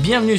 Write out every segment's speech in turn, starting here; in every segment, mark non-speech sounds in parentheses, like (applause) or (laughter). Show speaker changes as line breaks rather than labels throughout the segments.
Bienvenue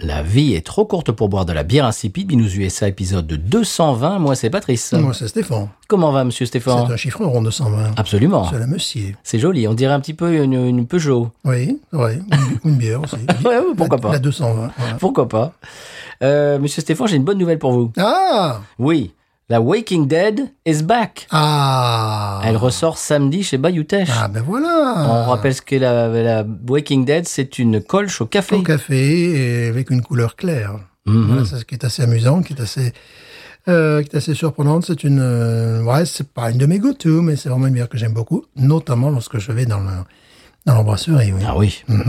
La vie est trop courte pour boire de la bière insipide. Binous USA épisode 220. Moi, c'est Patrice.
Moi, c'est Stéphane.
Comment va, monsieur
C'est
Stéphane
un chiffre rond de
Ah.
120.
Absolument.
Cela me sied.
C'est joli. On dirait un petit peu une, une Peugeot.
Oui, ouais. Ou une bière aussi.
Ouais, ouais, (laughs) pourquoi
La-
pas.
La 220. voilà.
Pourquoi pas Euh, Monsieur Stéphane, j'ai une bonne nouvelle pour vous.
Ah
Oui, la Waking Dead is back.
Ah
Elle ressort samedi chez Bayutech.
Ah, ben voilà
On rappelle ce qu'est la, la Waking Dead, c'est une colche au café.
Au café et avec une couleur claire.
Mhm.
Voilà, c'est ce qui est assez amusant, qui est assez... euh, qui est assez surprenante, c'est une, euh, ouais, c'est pas une de mes go-to, mais c'est vraiment une bière que j'aime beaucoup, notamment lorsque je vais dans le, dans l'embrasserie, oui.
Ah oui.
Mhm.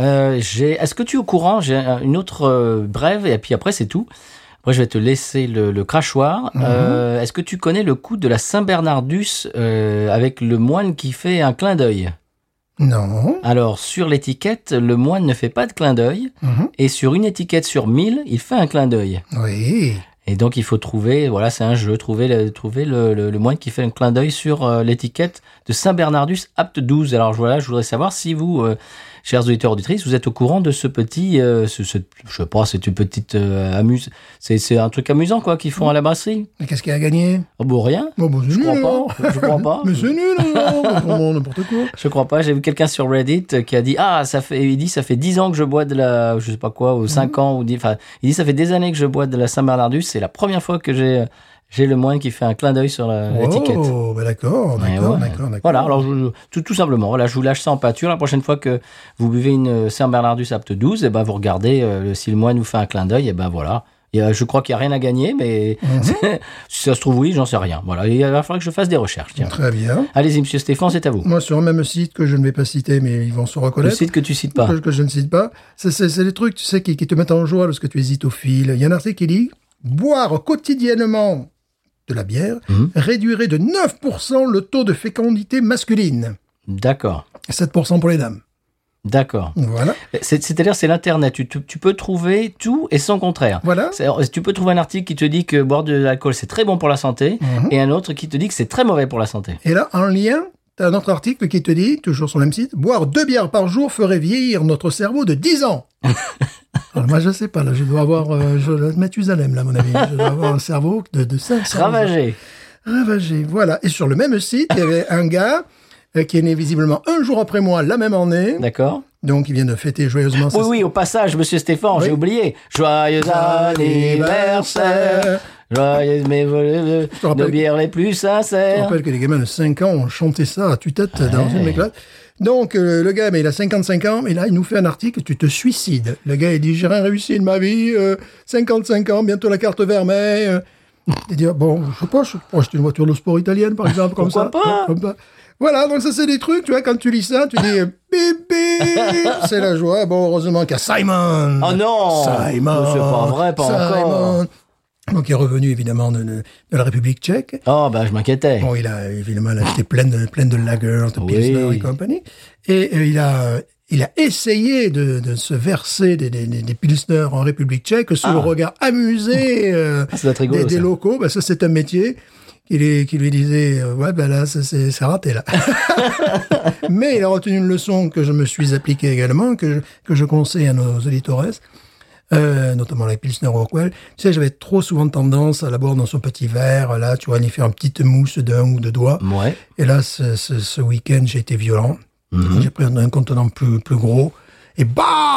Euh, j'ai- Est-ce que tu es au courant J'ai un- une autre euh, brève et puis après c'est tout. Après je vais te laisser le, le crachoir.
Mhm.
Euh, Est-ce que tu connais le coup de la Saint-Bernardus euh, avec le moine qui fait un clin d'œil
Non.
Alors sur l'étiquette, le moine ne fait pas de clin d'œil
Mhm.
et sur une étiquette sur 1000, il fait un clin d'œil.
Oui.
Et donc il faut trouver, voilà, c'est un jeu, trouver le, trouver le, le, le moine qui fait un clin d'œil sur euh, l'étiquette de Saint Bernardus Apt 12. Alors voilà, je voudrais savoir si vous, euh, chers auditeurs auditrices, vous êtes au courant de ce petit, euh, ce, ce- je sais pas, c'est une petite euh, amuse, c'est c'est un truc amusant quoi qu'ils font à la brasserie.
Et Qu'est-ce qu'il y a à gagner?
Oh, bon rien,
Bon, bon,
je
c'est nul,
crois
alors.
pas, je crois
(laughs)
pas.
Mais c'est
(laughs)
nul, alors. Mais comment, n'importe quoi.
Je crois pas, j'ai vu quelqu'un sur Reddit qui a dit ah ça fait il dit ça fait 10 ans que je bois de la je sais pas quoi ou
Mhm.
5 ans ou 10 enfin il dit ça fait des années que je bois de la Saint-Bernardus, c'est la première fois que j'ai euh, j'ai le moine qui fait un clin d'œil sur (laughs) la- l'étiquette.
Oh, ben d'accord,
Ouais,
d'accord,
ouais.
d'accord, d'accord.
Voilà, alors je- je- tout, tout simplement, voilà, je vous lâche ça en pâture. La prochaine fois que vous buvez une euh, Saint-Bernardus apte 12, et ben vous regardez euh, le- si le moine vous fait un clin d'œil, et ben voilà. Et, euh, je crois qu'il n'y a rien à gagner, mais
Mhm.
(laughs) si ça se trouve oui, j'en sais rien. Voilà, il va falloir que je fasse des recherches. tiens.
Très bien.
Allez-y, Monsieur Stéphane, c'est à vous.
Moi, sur un même site que je ne vais pas citer, mais ils vont se
Le
reconnaître.
site que tu cites pas.
Que, que je ne cite pas. C'est- C'est c'est les trucs, tu sais, qui, qui te mettent en joie lorsque tu hésites au fil. Il y a un article qui dit Boire quotidiennement de la bière
Mmh.
réduirait de 9% le taux de fécondité masculine.
D'accord,
7% pour les dames.
d'accord.
Voilà.
C'est- C'est-à-dire, c'est l'internet. Tu, tu- tu peux trouver tout et son contraire.
Voilà.
C'est- euh, Tu peux trouver un article qui te dit que boire de l'alcool c'est très bon pour la santé, et un autre qui te dit que c'est très mauvais pour la santé.
Et là, en lien, t'as un autre article qui te dit, toujours sur le même site, boire deux bières par jour ferait vieillir notre cerveau de
(laughs)
10 ans. Alors, moi, je sais pas, là, je dois avoir, euh, je dois être Mathusalem, là, à mon avis. Je dois avoir un cerveau de, de 500 ans.
Ravagé.
Ravagé, voilà. Et sur le même site, il y avait un gars euh, qui est né visiblement un jour après moi, la même année.
D'accord
Donc, il vient de fêter joyeusement
Oui,
sa-
oui, au passage, monsieur Stéphane, j'ai
Oui.
oublié. Joyeux anniversaire Joyeux mes voeux-
te rappelle-
nos bières les plus
Je
sincères
rappelle que les gamins de 5 ans ont chanté ça à tue-tête dans une éclate. Donc, euh, le gars, mais il a 55 ans, et là, il nous fait un article, tu te suicides. Le gars, il dit, j'ai rien réussi de ma vie, euh, 55 ans, bientôt la carte vermeille. euh. Il dit, Ah, bon, je sais pas, je pourrais acheter une voiture de sport italienne, par exemple, comme
Pourquoi
ça.
pas
Comme ça. Voilà, donc ça, c'est des trucs, tu vois, quand tu lis ça, tu dis, euh, bip, bip, c'est la joie. Bon, heureusement qu'il y a Simon.
Oh non Oh,
Simon
C'est pas vrai, pas encore.
Simon. Donc, il est revenu, évidemment, de- de- de la République tchèque.
Oh, ben je m'inquiétais.
Bon, il a évidemment il a acheté plein de, plein de lagers, de
Oui.
pilsner et compagnie. Et euh, il a, il a essayé de, de se verser des, des, des- des pilsner en République tchèque sous
Ah.
le regard
(laughs)
amusé euh,
Ça doit être rigolo,
des, des
ça.
locaux. Bah, ça, c'est un métier qui lui, qui lui disait euh, Ouais, ben là, ça, c'est c'est
(laughs)
raté, là. Mais il a retenu une leçon que je me suis appliquée également, que je, que je conseille à nos auditeurs, euh, notamment la Pilsner Rockwell. Tu sais, j'avais trop souvent tendance à la boire dans son petit verre, là, tu vois, y faire une petite mousse d'un ou deux doigts.
Ouais. Mhm.
Et là, ce, ce- ce week-end, j'ai été violent. J'ai pris un, un contenant plus, plus gros. Et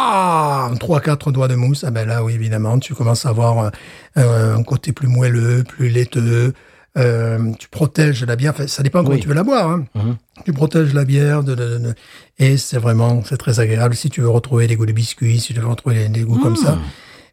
bam 3 quatre doigts de mousse. Ah ben là, oui, évidemment, tu commences à avoir euh, euh, un côté plus moelleux, plus laiteux. Euh, tu protèges la bière. Enfin, ça dépend comment
Oui.
tu veux la boire. hein.
Mhm.
Tu protèges la bière. De, de- de- de- et c'est vraiment, c'est très agréable. Si tu veux retrouver des goûts de biscuits, si tu veux
Mhm.
retrouver des, des goûts comme ça.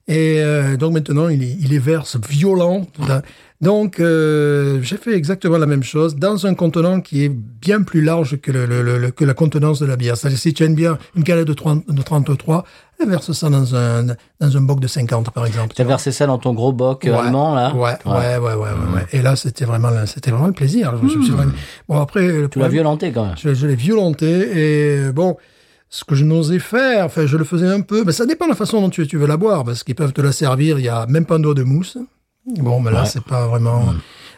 Et euh, donc maintenant, il, est- il les verse violent dans, Donc, euh, j'ai fait exactement la même chose dans un contenant qui est bien plus large que, le, le- le- que la contenance de la bière. C'est-à-dire, si tu as une bière, une canette de, 30 de 33, elle verse ça dans un, dans un boc de 50, par exemple.
Tu as versé ça dans ton gros boc euh,
Ouais,
allemand, là
Ouais, ouais, ouais, ouais, ouais, ouais. Et là, c'était vraiment, le- c'était vraiment le plaisir. Je me suis vraiment- Bon, après, le
Hmm. Tu l'as
problème-
violenté, quand même.
je, je l'ai violenté et bon, ce que je n'osais faire, enfin, je le faisais un peu, mais ça dépend de la façon dont tu, tu veux la boire, parce qu'ils peuvent te la servir, il n'y a même pas d'eau de mousse. Bon, mais là,
Ouais.
c'est pas vraiment.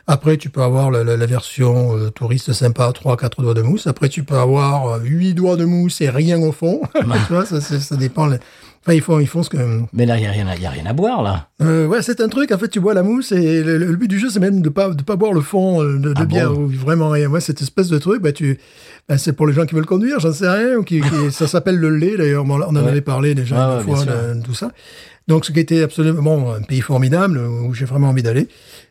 Après, tu peux avoir la, la- la version euh, touriste sympa, 3 quatre doigts de mousse. Après, tu peux avoir euh, huit doigts de mousse et rien au fond. (laughs) tu vois, ça, c'est- ça dépend. Enfin, ils font, ils font ce que.
Mais là, il n'y a, rien à- y a rien à boire, là.
Euh, ouais, c'est un truc. En fait, tu bois la mousse et le, le but du jeu, c'est même de pas de pas boire le fond euh, de, de
Ah
bière
bon
ou vraiment rien. Ouais, cette espèce de truc, bah tu, bah, c'est pour les gens qui veulent conduire, j'en sais rien. Ou
(laughs)
qui, qui- ça s'appelle le lait d'ailleurs. Bon, là, on en
Ouais.
avait parlé déjà
Ouais,
une
ouais,
fois
bien sûr.
de- de tout ça. Donc, ce qui était absolument un pays formidable où j'ai vraiment envie d'aller,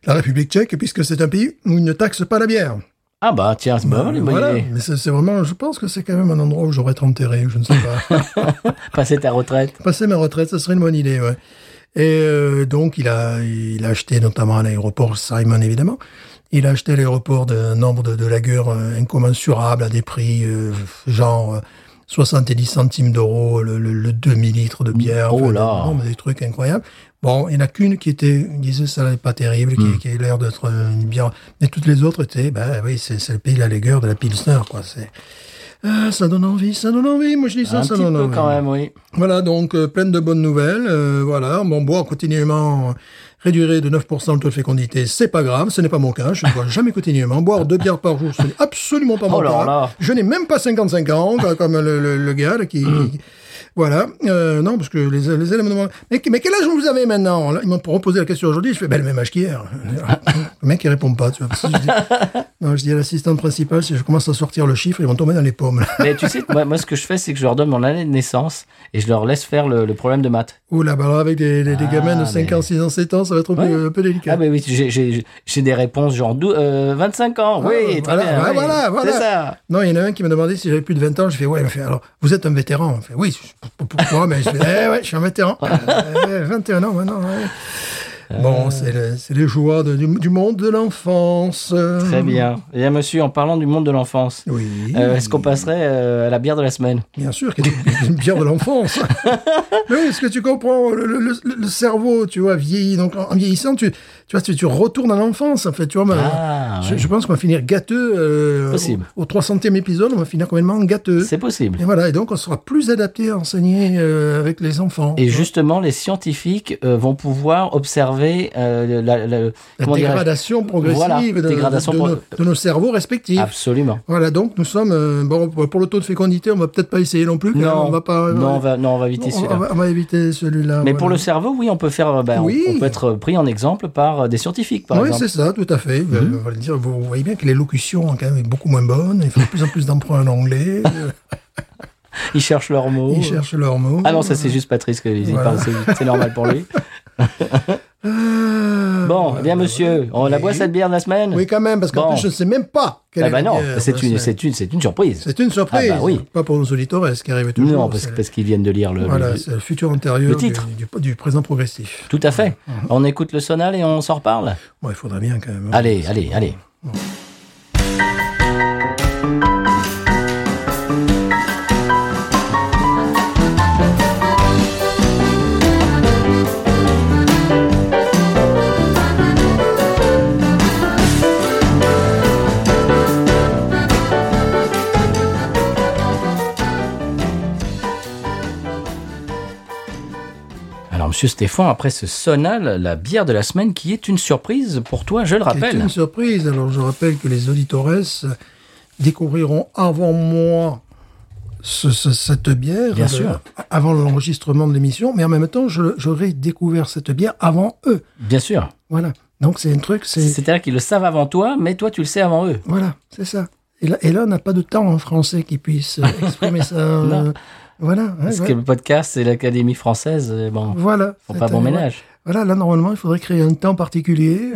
la République Tchèque, puisque c'est un pays où ils ne taxent pas la bière.
Ah bah, tiens, c'est bon, les bonnes
voilà.
idées.
Mais c'est c'est vraiment, je pense que c'est quand même un endroit où j'aurais été enterré, ou je ne sais
(laughs)
pas.
Passer ta retraite.
Passer ma retraite, ça serait une bonne idée, ouais. Et euh, donc, il a, il a acheté notamment à l'aéroport Simon, évidemment. Il a acheté à l'aéroport d'un nombre de, de lagueurs euh, incommensurables à des prix euh, genre euh, 70 centimes d'euros, le, le, le demi-litre de bière.
Oh là.
des- bon, des trucs incroyables. Bon, il n'y en a qu'une qui était, il disait, ça n'est pas terrible,
Hmm.
qui, qui a l'air d'être euh, une bière. Mais toutes les autres étaient, ben oui, c'est c'est le pays de la lagueur, de la Pilsner, quoi. C'est. Ah, ça donne envie, ça donne envie. Moi, je dis ça,
un
ça
petit
donne
peu,
envie.
quand même, oui.
Voilà, donc euh, pleine de bonnes nouvelles. euh, voilà, bon, boire continuellement, euh, réduire de 9% le taux de fécondité, c'est pas grave, ce n'est pas mon cas, je ne bois jamais continuellement. Boire deux bières par jour, ce n'est absolument pas mon
Oh là
cas.
là.
Je n'ai même pas 55 ans, quoi, comme le, le- le gars là, qui...
Mm.
qui- Voilà, Euh, non, parce que les, les éléments... demandent, Mais, mais quel âge vous avez maintenant Là, Ils m'ont proposé la question aujourd'hui, je fais, ben, le même âge
(laughs)
qu'hier. le mec, il répond pas, tu vois. parce que je dis- non, je dis à l'assistante principale, si je commence à sortir le chiffre, ils vont tomber dans les pommes. là.
Mais tu sais, moi, moi, ce que je fais, c'est que je leur donne mon année de naissance et je leur laisse faire le, le problème de maths.
Ouh là, bah alors avec des, des, des
Ah,
gamins de 5
mais-
ans, 6 ans, 7 ans, ça va être un, peu, euh,
Ouais.
un peu délicat.
Ah, mais oui, j'ai- j'ai j'ai des réponses genre dou- euh, 25 ans.
Ah,
oui, très
voilà,
bien.
ouais,
oui.
voilà, voilà.
C'est ça.
Non, il y en a un qui m'a demandé si j'avais plus de 20 ans. Je fais, ouais, il m'a fait, alors, vous êtes un vétéran. Je fais, oui, je- pour- pour- pourquoi Mais je fais, eh ouais, je suis un
(laughs)
vétéran. Euh, 21 ans maintenant, ouais.
Euh.
Bon, c'est le- c'est les joies de- du, du monde de l'enfance.
Très bien. Eh bien, monsieur, en parlant du monde de l'enfance,
Oui.
euh, est-ce qu'on passerait euh, à la bière de la semaine
Bien sûr, qui est une- une bière
(laughs)
de l'enfance. Mais oui, est-ce que tu comprends le, le- le- le cerveau, tu vois, vieillit. Donc, en en vieillissant, tu, tu vois, tu, tu retournes à l'enfance, en fait. Tu vois, ma-
Ah,
Euh, je,
ouais.
je pense qu'on va finir gâteux. euh,
Possible.
Au, au 300e épisode, on va finir complètement gâteux.
C'est possible.
Et voilà, et donc on sera plus adapté à enseigner euh, avec les enfants.
Et justement, les scientifiques euh, vont pouvoir observer euh, la, la-
la
comment dirais-je
dégradation progressive
Voilà,
de,
dégradation
de- de
pro-
nos, de nos cerveaux respectifs.
Absolument.
Voilà, donc nous sommes euh, bon pour le taux de fécondité, on va peut-être pas essayer non plus. quand même,
Non,
on va pas.
non, on va, non, on va éviter
on,
celui-là.
va, on va éviter celui-là.
Mais
voilà.
pour le cerveau, oui, on peut faire, euh, ben, on-
Ah Oui.
on, peut être pris en exemple par euh, des scientifiques, par
oui,
exemple. Mhm.
c'est ça, tout à fait. Euh, on va le dire, vous, vous voyez bien que l'élocution quand même est beaucoup moins bonne. Il faut de plus en plus d'emprunts
(laughs)
en anglais. euh,
Ils cherchent leurs mots.
Ils cherchent leurs mots.
Oh. Ah non, ça c'est juste Patrice que il
Voilà.
parle, c'est- c'est normal pour
(laughs)
lui.
Euh,
Bon, eh bien
voilà,
monsieur, on la
Oui.
boit cette bière de la semaine
Oui, quand même, parce qu'en
Bon.
plus, je ne sais même pas quelle
Ah
est
bah
la
non,
bière. hein,
c'est une, c'est une, c'est une surprise.
C'est une surprise.
Ah bah oui.
Pas pour nos auditeurs, ce qui arrive toujours.
Non, parce,
c'est le-
parce qu'ils viennent de lire le.
voilà,
le-
c'est le futur antérieur
Le titre.
Du, du- du présent progressif.
Tout à fait.
Mhm.
On écoute le sonal et on s'en reparle.
Bon, il faudrait bien quand même. hein.
Allez, allez, allez. Alors, Monsieur Stéphane, après ce sonal, la bière de la semaine qui est une surprise pour toi, je le
C'est
rappelle.
une surprise. Alors, je rappelle que les auditeurs découvriront avant moi ce- ce- cette bière.
Bien
euh,
sûr.
Avant l'enregistrement de l'émission, mais en même temps, je- j'aurais découvert cette bière avant eux.
Bien sûr.
Voilà. Donc, c'est un truc, c'est.
C'est-à-dire qu'ils le savent avant toi, mais toi, tu le sais avant eux.
Voilà, c'est ça. Et là, et là, on n'a pas de temps en français
(laughs)
qui puisse euh, exprimer ça.
Non.
euh, Voilà. ouais,
Parce
ouais.
que le podcast, c'est l'Académie française. et Bon,
Voilà.
font pas
C'est-
bon
euh,
ménage.
Voilà, là, normalement, il faudrait créer un temps particulier.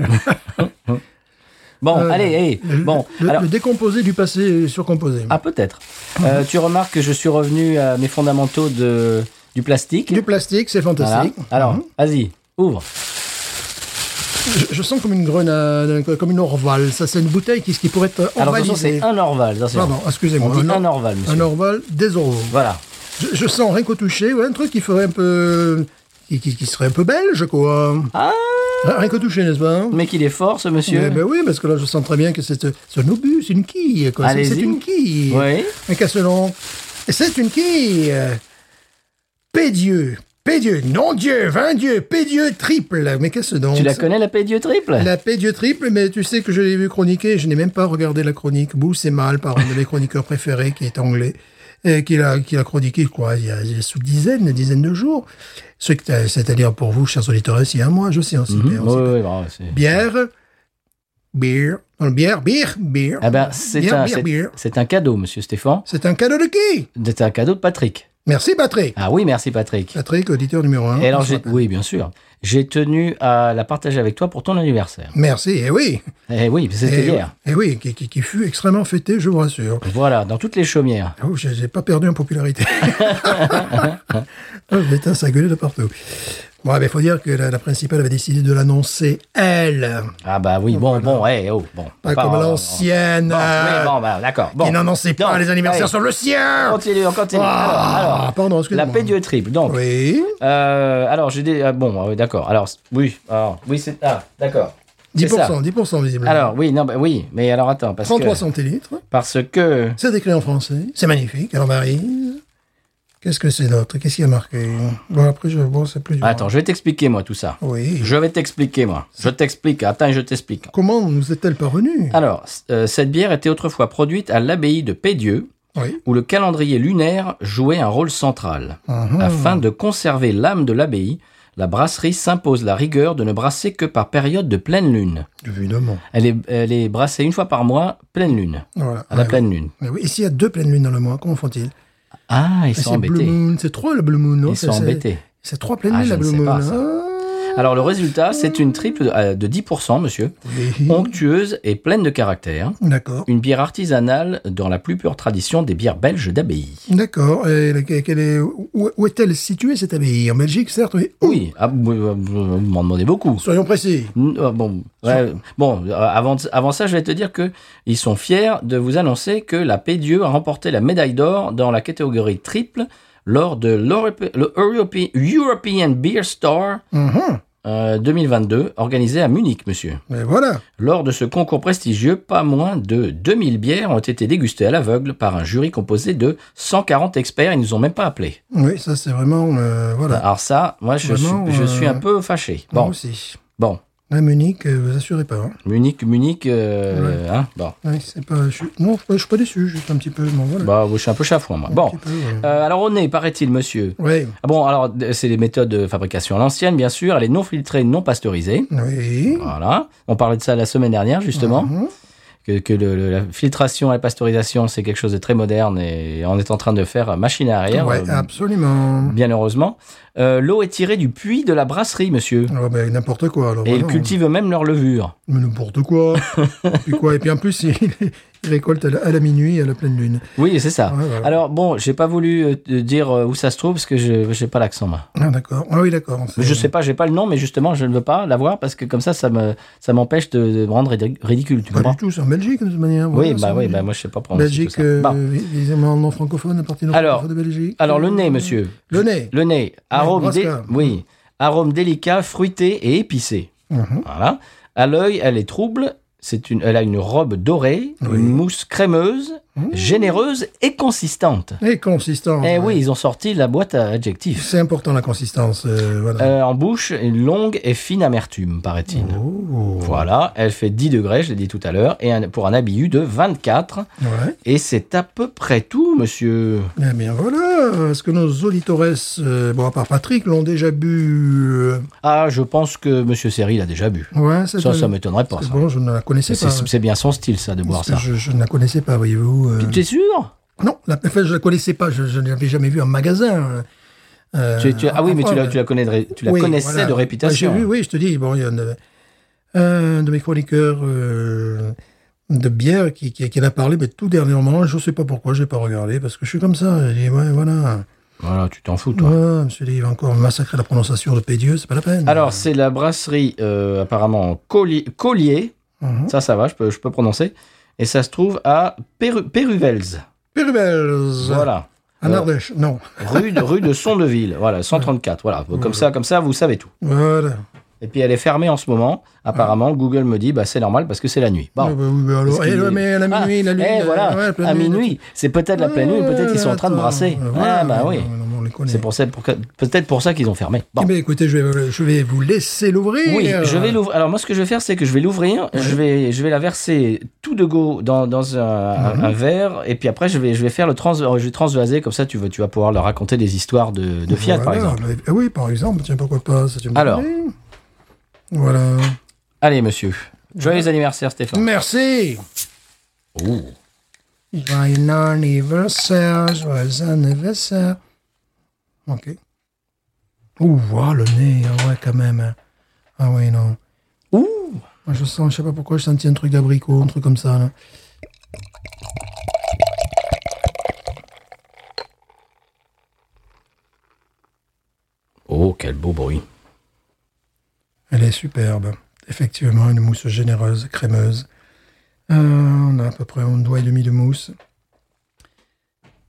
Bon,
Euh,
allez, allez.
Le-
Bon,
le,
alors.
le décomposé du passé et surcomposé.
Ah, peut-être. Euh, tu remarques que je suis revenu à mes fondamentaux de, du plastique.
Du plastique, Mhm. c'est
Voilà.
fantastique.
Alors, vas-y, ouvre.
Je, je sens comme une grenade, euh, comme une orval. Ça, c'est une bouteille qui, qui pourrait être
Alors, attention, c'est
orvalisée.
un Orval. attention.
Pardon, excusez-moi.
On dit
or-
un Orval, monsieur.
Un orval des oraux.
Voilà.
Je, je sens rien qu'au toucher, ouais, un truc qui ferait un peu. qui, qui- qui serait un peu belge, quoi.
Ah,
Rien qu'au toucher, n'est-ce pas hein?
mais qu'il est fort, ce monsieur.
Eh ben oui, parce que là, je sens très bien que c'est euh, c'est un obus, c'est une quille, quoi. C'est
Allez-y.
c'est une quille.
Oui.
Un casselon. Et C'est une quille. Pédieu. Pédieu. Non Dieu, vain Dieu, Pédieu triple. Mais qu'est-ce donc
Tu la connais, la Pédieu triple
La Pédieu triple, mais tu sais que je l'ai vu chroniquer, je n'ai même pas regardé la chronique. Bouh, c'est mal par un de mes chroniqueurs préférés qui est anglais. Et qui l'a, qui l'a chroniqué, quoi, il y a, il y a sous dizaines, une dizaine de jours. Ce que- C'est-à-dire, pour vous, chers auditeurs, il y a un mois, je sais, hein, on s'y
Mhm.
perd, Eh, on
Oui,
s'y
oui, bon, c'est-
Bière. Beer. Non, le bière, bière, bière.
Ah ben, c'est
Bière,
un,
bière,
c'est-
bière.
c'est un cadeau, monsieur Stéphane.
C'est un cadeau de qui
C'est un cadeau de Patrick.
Merci, Patrick.
Ah oui, merci, Patrick.
Patrick, auditeur numéro un.
Et alors,
on se
j'ai-
rappelle.
oui, bien sûr. J'ai tenu à la partager avec toi pour ton anniversaire.
Merci, et oui.
Eh oui, c'était
Et,
hier.
eh oui, qui, qui- qui fut extrêmement fêté, je vous rassure.
Voilà, dans toutes les chaumières.
Oh, j'ai j'ai pas perdu
(laughs)
en popularité. oh, putain, ça gueulait de partout. Bon, il faut dire que la, la principale avait décidé de l'annoncer, elle.
Ah bah oui, bon, bon, eh, oh, bon.
Pas
Enfin,
comme
on- on-
l'ancienne.
Bon,
euh,
oui, bon, bah, d'accord. Bon.
qui n'annonçait pas
Donc,
les anniversaires
allez,
sur le sien.
On continue, on continue.
Ah,
alors, alors,
pardon, excusez-moi.
la pédieu triple. Donc,
Oui.
euh, alors j'ai des. ah, bon, ah oui, d'accord. Alors, c'est- oui, alors, oui, c'est. Ah, d'accord. C'est
10%,
ça.
10% visiblement.
Alors, oui, non, bah, oui, mais alors attends, parce
33
que.
centilitres.
Parce que.
C'est écrit en français. C'est magnifique. Alors, Marie, qu'est-ce que c'est d'autre Qu'est-ce qu'il y a marqué Bon, après, je bon, c'est plus dur.
Attends, je vais t'expliquer, moi, tout ça.
Oui.
Je vais t'expliquer, moi. Je t'explique. Attends, je t'explique.
Comment nous est-elle parvenue
Alors, c- euh, cette bière était autrefois produite à l'abbaye de Pédieu,
Oui.
où le calendrier lunaire jouait un rôle central.
Mhm.
Afin de conserver l'âme de l'abbaye, la brasserie s'impose la rigueur de ne brasser que par période de pleine lune.
Évidemment.
Elle est, elle est brassée une fois par mois, pleine lune.
Voilà.
À la
Ouais,
pleine lune.
ouais. Mais oui, ici, il y a deux pleines lunes dans le mois. Comment font-ils
Ah, ils
Ah,
sont
c'est Blue
embêtés.
Moon. C'est trois, le Blue Moon, non
Ils
C'est-
sont
c'est-
embêtés.
C'est trois pleines
Ah,
lunes,
je
la
ne
Blue
sais
Moon.
pas, ça.
Ah,
Alors, le résultat, c'est une triple de, euh, de 10%, monsieur.
oui.
Onctueuse et pleine de caractère.
D'accord.
Une bière artisanale dans la plus pure tradition des bières belges d'abbaye.
D'accord. Et la- quelle est- où- Où est-elle située, cette abbaye En Belgique, certes, mais où
Oui, ah, vous vous- vous m'en demandez beaucoup.
Soyons précis.
Mm, ah, Bon, ouais, bon euh, avant, avant ça, je vais te dire que ils sont fiers de vous annoncer que la Pédieu a remporté la médaille d'or dans la catégorie triple lors de l'Europe- le Europe- European Beer Star
Mhm.
euh, 2022 organisé à Munich, monsieur.
Mais voilà.
Lors de ce concours prestigieux, pas moins de 2000 bières ont été dégustées à l'aveugle par un jury composé de 140 experts. Ils nous ont même pas appelés.
Oui, ça, c'est vraiment... euh, voilà.
Alors ça, moi, je,
Vraiment,
suis, je
euh,
suis un peu fâché. Ah, Bon,
Moi aussi.
bon.
À Munich, euh, vous assurez pas. Hein.
Munich, Munich, euh, hein, bon.
Ouais, c'est pas, je suis, non, je suis pas déçu, juste un petit peu. Bon, voilà.
Bah, je suis un peu chafouin, moi.
Un
Bon.
petit peu, ouais.
Euh, alors, au nez, paraît-il, monsieur.
Oui,
Ah Bon, alors, d- c'est les méthodes de fabrication à l'ancienne, bien sûr. Elle est non filtrée, non pasteurisée.
oui.
Voilà. On parlait de ça la semaine dernière, justement.
Mhm.
Que, que le- le- la filtration et la pasteurisation, c'est quelque chose de très moderne et on est en train de faire machine arrière.
Ouais, ah.
euh,
absolument.
bien heureusement. Euh, L'eau est tirée du puits de la brasserie, monsieur.
Alors, ben, n'importe quoi. Alors,
Et ils
vraiment.
cultivent même leur levure.
Mais n'importe
(laughs)
quoi. et puis quoi Et puis en plus, il, il récolte à la, à la minuit, à la pleine lune.
Oui, c'est ça.
Ouais, ouais.
Alors, bon, j'ai pas voulu euh, te dire euh, où ça se trouve parce que je j'ai pas l'accent, moi.
Ah, d'accord. Ah oui, d'accord.
Mais Je sais pas, j'ai pas le nom, mais justement, je ne veux pas l'avoir parce que comme ça, ça me, ça m'empêche de, de me rendre ridi- ridicule. Tu
Pas
comprends
du tout, c'est en Belgique, de toute manière.
Oui,
Voilà, c'est
bah
en
oui,
Belgique.
bah moi je sais pas prononcer tout
Belgique,
ça.
euh,
Bon.
évidemment, non francophone, la partie non
Alors-
francophone de Belgique.
Alors le nez, monsieur.
euh, Le nez.
Le nez, arôme, dé-
Nebraska.
oui, arôme délicat, fruité et épicé.
Mhm.
Voilà. À l'œil, elle est trouble. C'est une, elle a une robe dorée,
Oui.
une mousse crémeuse, généreuse et consistante.
Et consistant.
Eh
Oh, ouais.
oui, ils ont sorti la boîte à adjectifs.
C'est important la consistance. euh, voilà.
Euh, en bouche, une longue et fine amertume, paraît-il.
Oh.
Voilà, elle fait 10 degrés, je l'ai dit tout à l'heure, et un- pour un habillu de 24.
Ouais.
Et c'est à peu près tout, monsieur.
Eh bien voilà, est-ce que nos auditores, euh, bon à part Patrick, l'ont déjà bu euh,
Ah, je pense que monsieur Seri l'a déjà bu.
Ouais,
Ça, ça
doit-
m'étonnerait pas,
parce que
ça.
Bon, je ne la connaissais
C'est
pas.
c'est bien son style, ça, de boire
Parce que
ça.
Je, je ne la connaissais pas, voyez-vous. euh.
T'es sûr
Non, la, enfin, je la connaissais pas, je, je ne l'avais jamais vue en magasin. euh,
Tu- tu- Ah oui,
en
mais tu la,
France.
tu la connais de ré- tu la
Oui,
connaissais
voilà.
de réputation.
Ouais, j'ai vu, oui, je te dis, bon, il y en a un de mes chroniqueurs euh, de bière qui, qui, qui en a parlé, mais tout dernièrement, je ne sais pas pourquoi, je n'ai pas regardé, parce que je suis comme ça. Je dis, ouais, voilà.
Voilà, tu t'en fous, toi.
Ouais, je me suis dit, il va encore massacrer la prononciation de Pédieu, c'est pas la peine.
Alors, c'est la brasserie, euh, apparemment, Collier. Collier.
Mhm.
Ça, ça va, je peux, je peux prononcer. Et ça se trouve à Peru- Peruvels.
Perubels.
Voilà.
En
Euh,
Ardèche, non.
rue, de, rue de Sondeville. Voilà, 134. Voilà. Comme ça, comme ça, vous savez tout.
Voilà.
Et puis, elle est fermée en ce moment. Apparemment, Google me dit, bah, c'est normal parce que c'est la nuit. Bon.
Ah, bah oui, mais alors,
Parce
eh,
qu'il-
ouais, mais à la
Ah,
minuit, la lune.
eh,
euh,
voilà,
ouais, la pleine
à
lune.
minuit. C'est peut-être la pleine lune, peut-être qu'ils sont en train de
Attends,
brasser.
euh,
Ah,
voilà,
bah
non,
oui.
non, non, on les connaît.
C'est pour cette- pour que- peut-être pour ça qu'ils ont fermé. Bon.
Eh euh. bien, écoutez, je vais, je vais vous laisser l'ouvrir.
Oui, je vais l'ouvrir. Alors moi, ce que je vais faire, c'est que je vais l'ouvrir, je vais, je vais la verser tout de go dans, dans un, un-
Mhm.
un verre, et puis après, je vais, je vais faire le trans, euh, je vais transvaser comme ça. Tu vas, tu vas pouvoir leur raconter des histoires de, de Fiat, par
Voilà,
exemple.
mais- eh Oui, par exemple, tiens, pourquoi pas. ça, tu me
Alors.
dis. Voilà.
Allez, monsieur. Joyeux anniversaire, Stéphane.
Merci.
Ouh.
Joyeux anniversaire, joyeux anniversaire. Ok. Ouh, ouah, le nez, ah ouais, quand même. hein. Ah ouais, non.
Ouh.
Moi, je sens, je sais pas pourquoi, je sentis un truc d'abricot, un truc comme ça. Là.
Oh, quel beau bruit.
Elle est superbe. Effectivement, une mousse généreuse, crémeuse. Euh, on a à peu près un doigt et demi de mousse.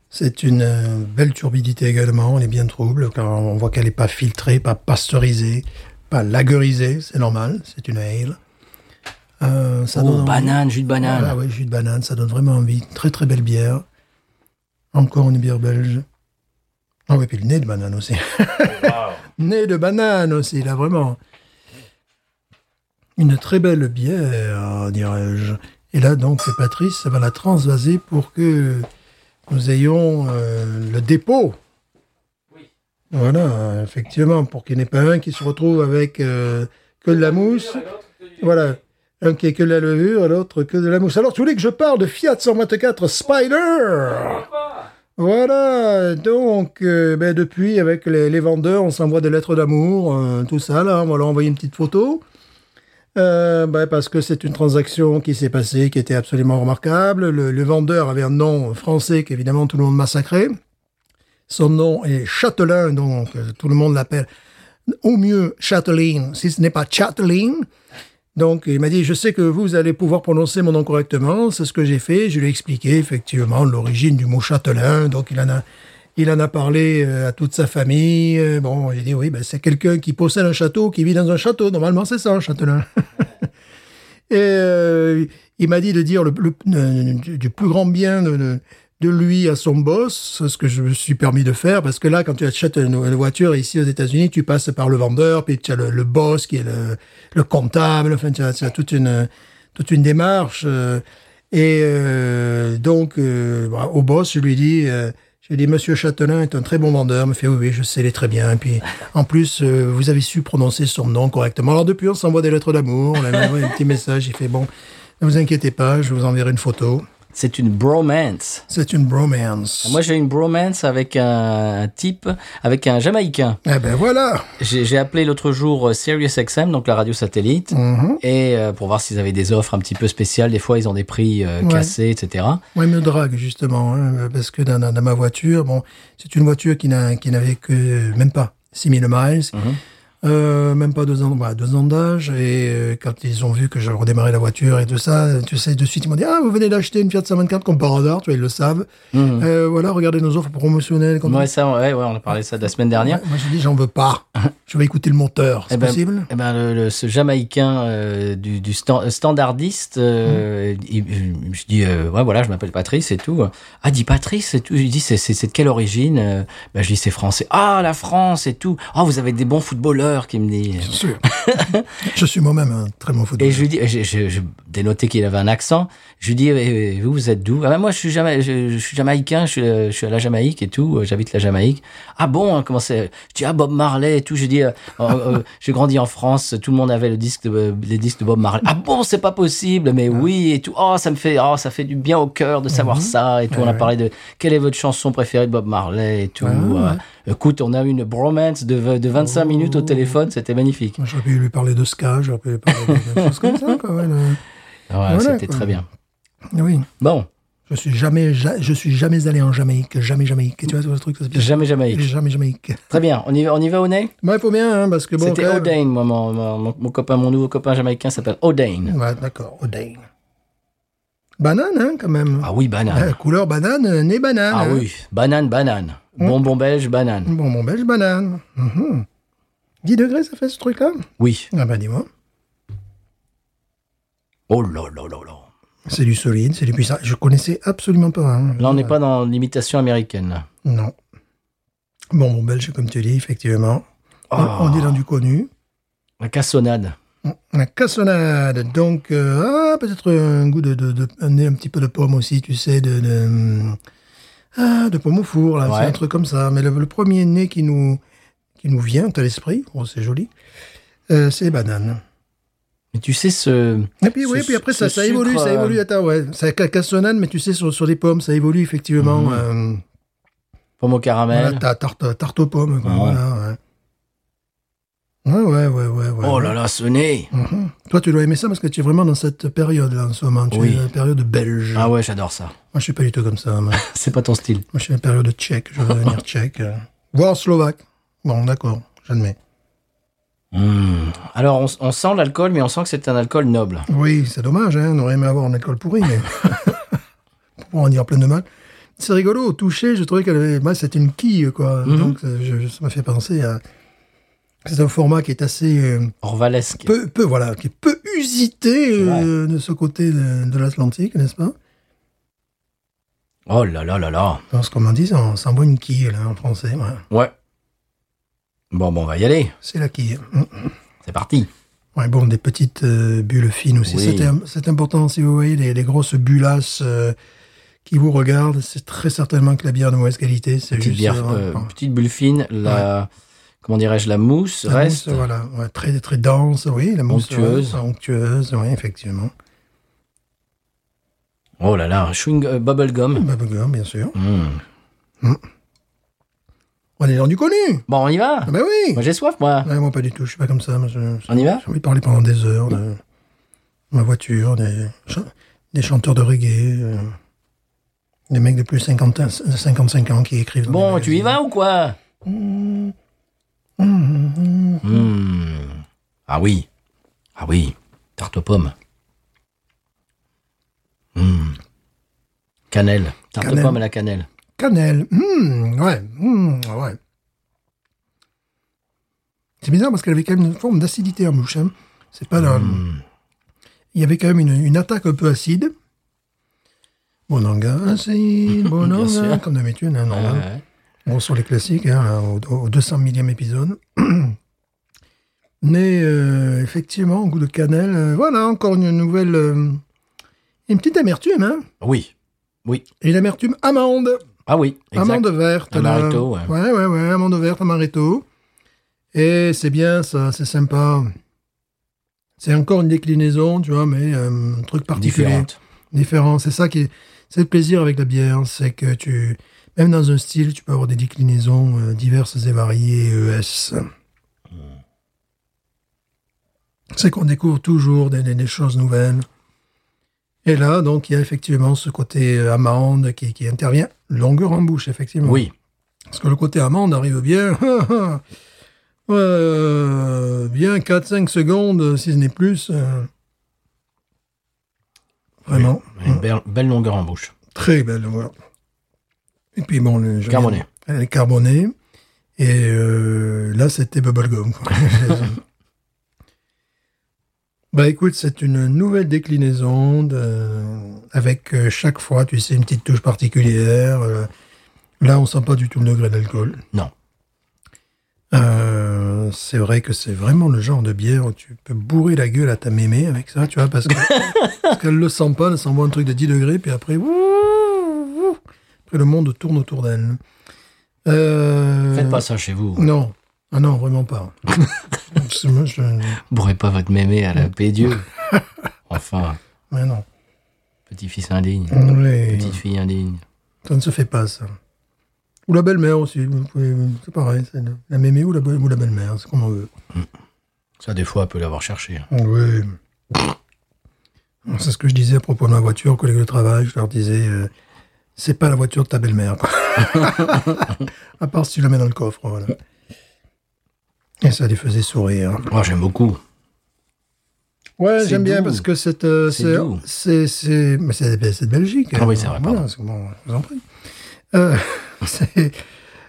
C'est une euh, belle turbidité également. Elle est bien trouble car on voit qu'elle n'est pas filtrée, pas pasteurisée, pas lagerisée. C'est normal. C'est une ale. Euh, ça donne
Oh,
envie.
banane, jus de banane.
Voilà, ouais, jus de banane, ça donne vraiment envie. Très très belle bière. Encore une bière belge. Ah oui, puis le nez de banane aussi. (laughs) nez de banane aussi, là vraiment. Une très belle bière, dirais-je. Et là donc, Patrice ça va la transvaser pour que nous ayons euh, le dépôt. Voilà, effectivement, pour qu'il n'y en ait pas un qui se retrouve avec euh, que de la mousse. Voilà. Un qui est que de la levure, l'autre que de la mousse. Alors, tu voulais que je parle de Fiat 124 Spider Voilà, donc, euh, ben, depuis, avec les, les vendeurs, on s'envoie des lettres d'amour, euh, tout ça, là, on va leur envoyer une petite photo. Euh, ben, parce que c'est une transaction qui s'est passée, qui était absolument remarquable. Le, le vendeur avait un nom français qu'évidemment tout le monde massacrait. Son nom est Châtelain, donc euh, tout le monde l'appelle au mieux Châtelain, si ce n'est pas Châtelain. Donc, il m'a dit, je sais que vous allez pouvoir prononcer mon nom correctement. C'est ce que j'ai fait. Je lui ai expliqué, effectivement, l'origine du mot châtelain. Donc, il en a, il en a parlé euh, à toute sa famille. Euh, Bon, j'ai dit, oui, ben, c'est quelqu'un qui possède un château, qui vit dans un château. Normalement, c'est ça, un châtelain. (laughs) Et euh, il m'a dit de dire le, le- euh, du, du plus grand bien de, de- de lui à son boss, c'est ce que je me suis permis de faire, parce que là, quand tu achètes une, une voiture ici aux États-Unis, tu passes par le vendeur, puis tu as le, le boss qui est le, le comptable, enfin, tu as, tu as toute une toute une démarche. euh, et euh, donc, euh, bah, au boss, je lui dis, euh, je lui dis, Monsieur Châtelain est un très bon vendeur. Il me fait, oui, oui, je sais, il est très bien. Et puis, en plus, euh, vous avez su prononcer son nom correctement. Alors depuis, on s'envoie des lettres d'amour, on a envoyé un petit message. Il fait, bon, ne vous inquiétez pas, je vous enverrai une photo.
C'est une bromance.
C'est une bromance.
Moi, j'ai une bromance avec un, un type, avec un Jamaïcain.
Eh ben voilà.
J'ai j'ai appelé l'autre jour euh, SiriusXM, donc la radio satellite,
Mhm.
et euh, pour voir s'ils avaient des offres un petit peu spéciales. Des fois, ils ont des prix euh,
Ouais.
cassés, etc.
Moi, il me drague, justement, hein, parce que dans, dans- dans ma voiture, bon, c'est une voiture qui n'a- qui n'avait que, même pas, 6000 miles,
Mhm.
euh, même pas deux ans, voilà, deux ans d'âge, et euh, quand ils ont vu que je redémarrais la voiture et tout ça, tu sais, de suite, ils m'ont dit, ah, vous venez d'acheter une Fiat 124 comme par hasard, tu vois, ils le savent. Euh, voilà, regardez nos offres promotionnelles. quand-
Mhm. Ouais, ça, ouais, ouais, on a parlé de ça de la semaine dernière.
Ouais, moi, j'ai dit, j'en
(laughs)
veux pas. je vais écouter le monteur, c'est
Eh ben,
possible?
eh ben, le, le- ce Jamaïcain euh, du, du stan- euh, standardiste, euh, il- il- je dis, euh, ouais, voilà, je m'appelle Patrice et tout. Ah, dit Patrice et tout. Je lui dis, c'est c'est- c'est de quelle origine Euh, ben, Je dis, c'est français. Ah, la France et tout. Ah, vous avez des bons footballeurs, qui me dit.
Bien sûr. (laughs) je suis moi-même un très bon
Et
footballeur.
je lui dis, je, je, je dénotais qu'il avait un accent. Je lui dis, eh, eh, vous, vous êtes d'où ah ben, Moi, je suis, Jama- je, je suis jamaïcain, je suis, euh, je suis à la Jamaïque et tout, euh, j'habite la Jamaïque. Ah bon hein, Comment c'est Je dis, ah, Bob Marley et tout. Je dis, euh, euh, euh, (laughs) j'ai grandi en France, tout le monde avait le disque de, euh, les disques de Bob Marley. Ah bon, c'est pas possible, mais oui et tout. Oh, ça me fait, oh, ça fait du bien au cœur de savoir ça et tout. on a parlé de quelle est votre chanson préférée de Bob Marley et tout. Euh, Écoute, on a eu une bromance de, v- de 25 minutes au téléphone, c'était magnifique.
Moi, J'aurais pu lui parler de ska, j'aurais pu lui parler de de choses comme ça, quoi. ouais, là.
Ouais,
Voilà,
c'était
quoi.
très bien.
Oui.
Bon.
Je suis jamais, ja- je suis jamais allé en Jamaïque, jamais Jamaïque. Et tu vois, tu vois le truc, ça se dit-
Jamais Jamaïque.
jamais Jamaïque.
Très bien, on y va, on y va au nez
Moi, il faut bien, hein, parce que bon.
C'était
quand même-
O'Dane, moi, mon, mon- mon copain, mon nouveau copain jamaïcain s'appelle O'Dane.
Ouais, d'accord, O'Dane. Banane, hein, quand même.
Ah oui, banane.
Euh, couleur banane, euh, nez banane.
Ah
hein.
oui, banane, banane. Bonbon belge, banane.
Bon, mon belge banane. Mhm. 10 degrés, ça fait ce truc-là
Oui.
Ah bah dis-moi.
Oh là là là là.
C'est du solide, c'est du puissant. Je connaissais absolument pas. hein.
Là, on n'est pas dans l'imitation américaine. là.
Non. Bon, mon belge, comme tu dis, effectivement. On,
Ah.
on est dans du connu.
La cassonade.
Mm, La cassonade, donc euh, ah, peut-être un goût de, de, de- un nez un petit peu de pomme aussi, tu sais, de de, ah, de pomme au four, là,
Ouais.
c'est un truc comme ça. Mais le, le premier nez qui nous qui nous vient à l'esprit, oh, c'est joli, euh, c'est banane.
Mais tu sais, ce.
Et puis
Ce-
oui, puis après ça,
ce
ça évolue,
sucre,
ça
euh,
évolue. Attends, ouais, c'est la cassonade, mais tu sais sur, sur les pommes, ça évolue effectivement.
Mhm.
euh,
Pomme au caramel.
voilà, ta tarte tarte aux pommes, quoi,
Ben Ah.
voilà, ouais. ouais, ouais, ouais, ouais, ouais.
oh là là, ce nez
Mhm. Toi, tu dois aimer ça parce que tu es vraiment dans cette période-là en ce moment. Tu
Oui.
es dans la période belge.
Ah ouais, j'adore ça.
Moi, je suis pas du tout comme ça. Moi, Moi,
C'est pas ton style.
je suis dans la période tchèque. Je veux devenir tchèque. euh. Voire slovaque. Bon, d'accord, j'admets.
Hmm. Alors, on, on sent l'alcool, mais on sent que c'est un alcool noble.
Oui, c'est dommage. Hein, on aurait aimé avoir un alcool pourri, mais (laughs) pour en dire plein de mal. C'est rigolo. Au toucher, je trouvais qu'elle avait... moi, c'était une quille, quoi. Donc, euh, je- je- ça m'a fait penser à... C'est un format qui est assez... euh,
Orvalesque.
peu, peu, voilà, qui est peu usité euh, de ce côté de, de l'Atlantique, n'est-ce pas
Oh là là là là.
Parce qu'on m'en dit, on s'en boit une quille, là, en français. ouais.
Ouais. Bon, bon, on va y aller.
C'est la quille. Mm.
C'est parti.
Ouais, bon, des petites euh, bulles fines aussi.
Oui.
C'était im- C'est important, si vous voyez les, les grosses bullasses euh, qui vous regardent, c'est très certainement que la bière de mauvaise qualité. C'est
Petite
juste...
bière,
euh,
euh, petite bulle fine, la. Comment dirais-je, la mousse
la
reste.
mousse, voilà, ouais, très, très dense, oui, la mousse.
Onctueuse.
ouais, onctueuse, oui, effectivement.
Oh là là, chewing euh, bubble gum.
Bubblegum, Bah, bien sûr. Mm.
Hmm.
On est dans du connu
Bon, on y va
Ah ben oui
Moi j'ai Ah, soif, moi.
Ouais, moi, pas du tout. Je suis pas comme ça. Moi, je- je-
On y va
J'ai envie de parler pendant des heures de ma voiture, des, cha- des chanteurs de reggae, euh, des mecs de plus de 50 ans- de 55 ans qui écrivent. dans
Bon,
des
tu y vas ou quoi Mmh. Hmm. Ah oui. Ah oui. Tarte aux pommes. Hmm. Cannelle. Tarte
Cannelle.
aux pommes à la cannelle.
Cannelle. Mmh, ouais, mmh, ouais. C'est bizarre parce qu'elle avait quand même une forme d'acidité en bouche. hein. C'est pas la-
Hmm.
Il y avait quand même une, une attaque un peu acide. Bonanga
(laughs)
acide, bonanga,
sûr. Euh,
comme d'habitude, hein, normal.
Ouais, ouais.
Bon, sur les classiques, hein, au, au 200 millième épisode. (clears throat) Mais euh, effectivement, au goût de cannelle, euh, voilà, encore une nouvelle... euh, une petite amertume, hein
Oui. Oui.
Et l'amertume amande,
Ah oui. Exact.
amande verte. là.
Amaretto, ouais.
Ouais, ouais, ouais, amande verte, amaretto. Et c'est bien ça, c'est sympa. C'est encore une déclinaison, tu vois, mais euh, un truc particulier
Différente.
différent. C'est ça qui est, c'est le plaisir avec la bière, c'est que tu, même dans un style, tu peux avoir des déclinaisons euh, diverses et variées E ES. C'est qu'on découvre toujours des, des- des choses nouvelles. Et là, donc, il y a effectivement ce côté euh, amande qui, qui intervient. Longueur en bouche, effectivement.
Oui.
Parce que le côté amande arrive bien. (laughs) euh, bien 4-5 secondes, si ce n'est plus. euh, Vraiment.
Une belle, belle longueur en bouche.
Très belle longueur. Et puis bon, le, je-
Carboné.
Elle est carbonée. Et euh, là, c'était bubblegum. quoi. bah écoute, c'est une nouvelle déclinaison de- avec euh, chaque fois, tu sais, une petite touche particulière. euh, là, on sent pas du tout le degré d'alcool.
Non.
Euh, c'est vrai que c'est vraiment le genre de bière où tu peux bourrer la gueule à ta mémé avec ça, tu vois, parce
(laughs)
que- parce qu'elle le sent pas, elle sent bon un truc de 10 degrés, puis après, ouh, ouh. après le monde tourne autour d'elle. Euh,
Faites pas ça chez vous. Vous
Non, ah non,
(laughs)
vraiment pas. Parce que moi, je-
bourrez pas votre mémé à la paix
(laughs)
Dieu. Enfin,
Mais non,
petit-fils indigne.
Oui.
Petite fille indigne.
ça ne se fait pas ça. Ou la belle-mère aussi, vous pouvez- c'est pareil, c'est le- la mémé ou la, be- ou la belle-mère, c'est comme on veut.
Ça, des fois, elle peut l'avoir cherché.
Oui. C'est ce que je disais à propos de ma voiture aux collègues de travail. Je leur disais, euh, c'est pas la voiture de ta belle-mère. quoi. à part si tu la mets dans le coffre, voilà. Et ça les faisait sourire.
Moi, j'aime beaucoup.
Ouais,
C'est
j'aime bien
doux.
parce que c'est euh,
C'est
c'est
doux.
c'est c'est mais c'est c'est de Belgique. hein.
Ah oui, c'est vrai,
Voilà,
pardon.
c'est bon, je vous en prie. Euh, (laughs) c'est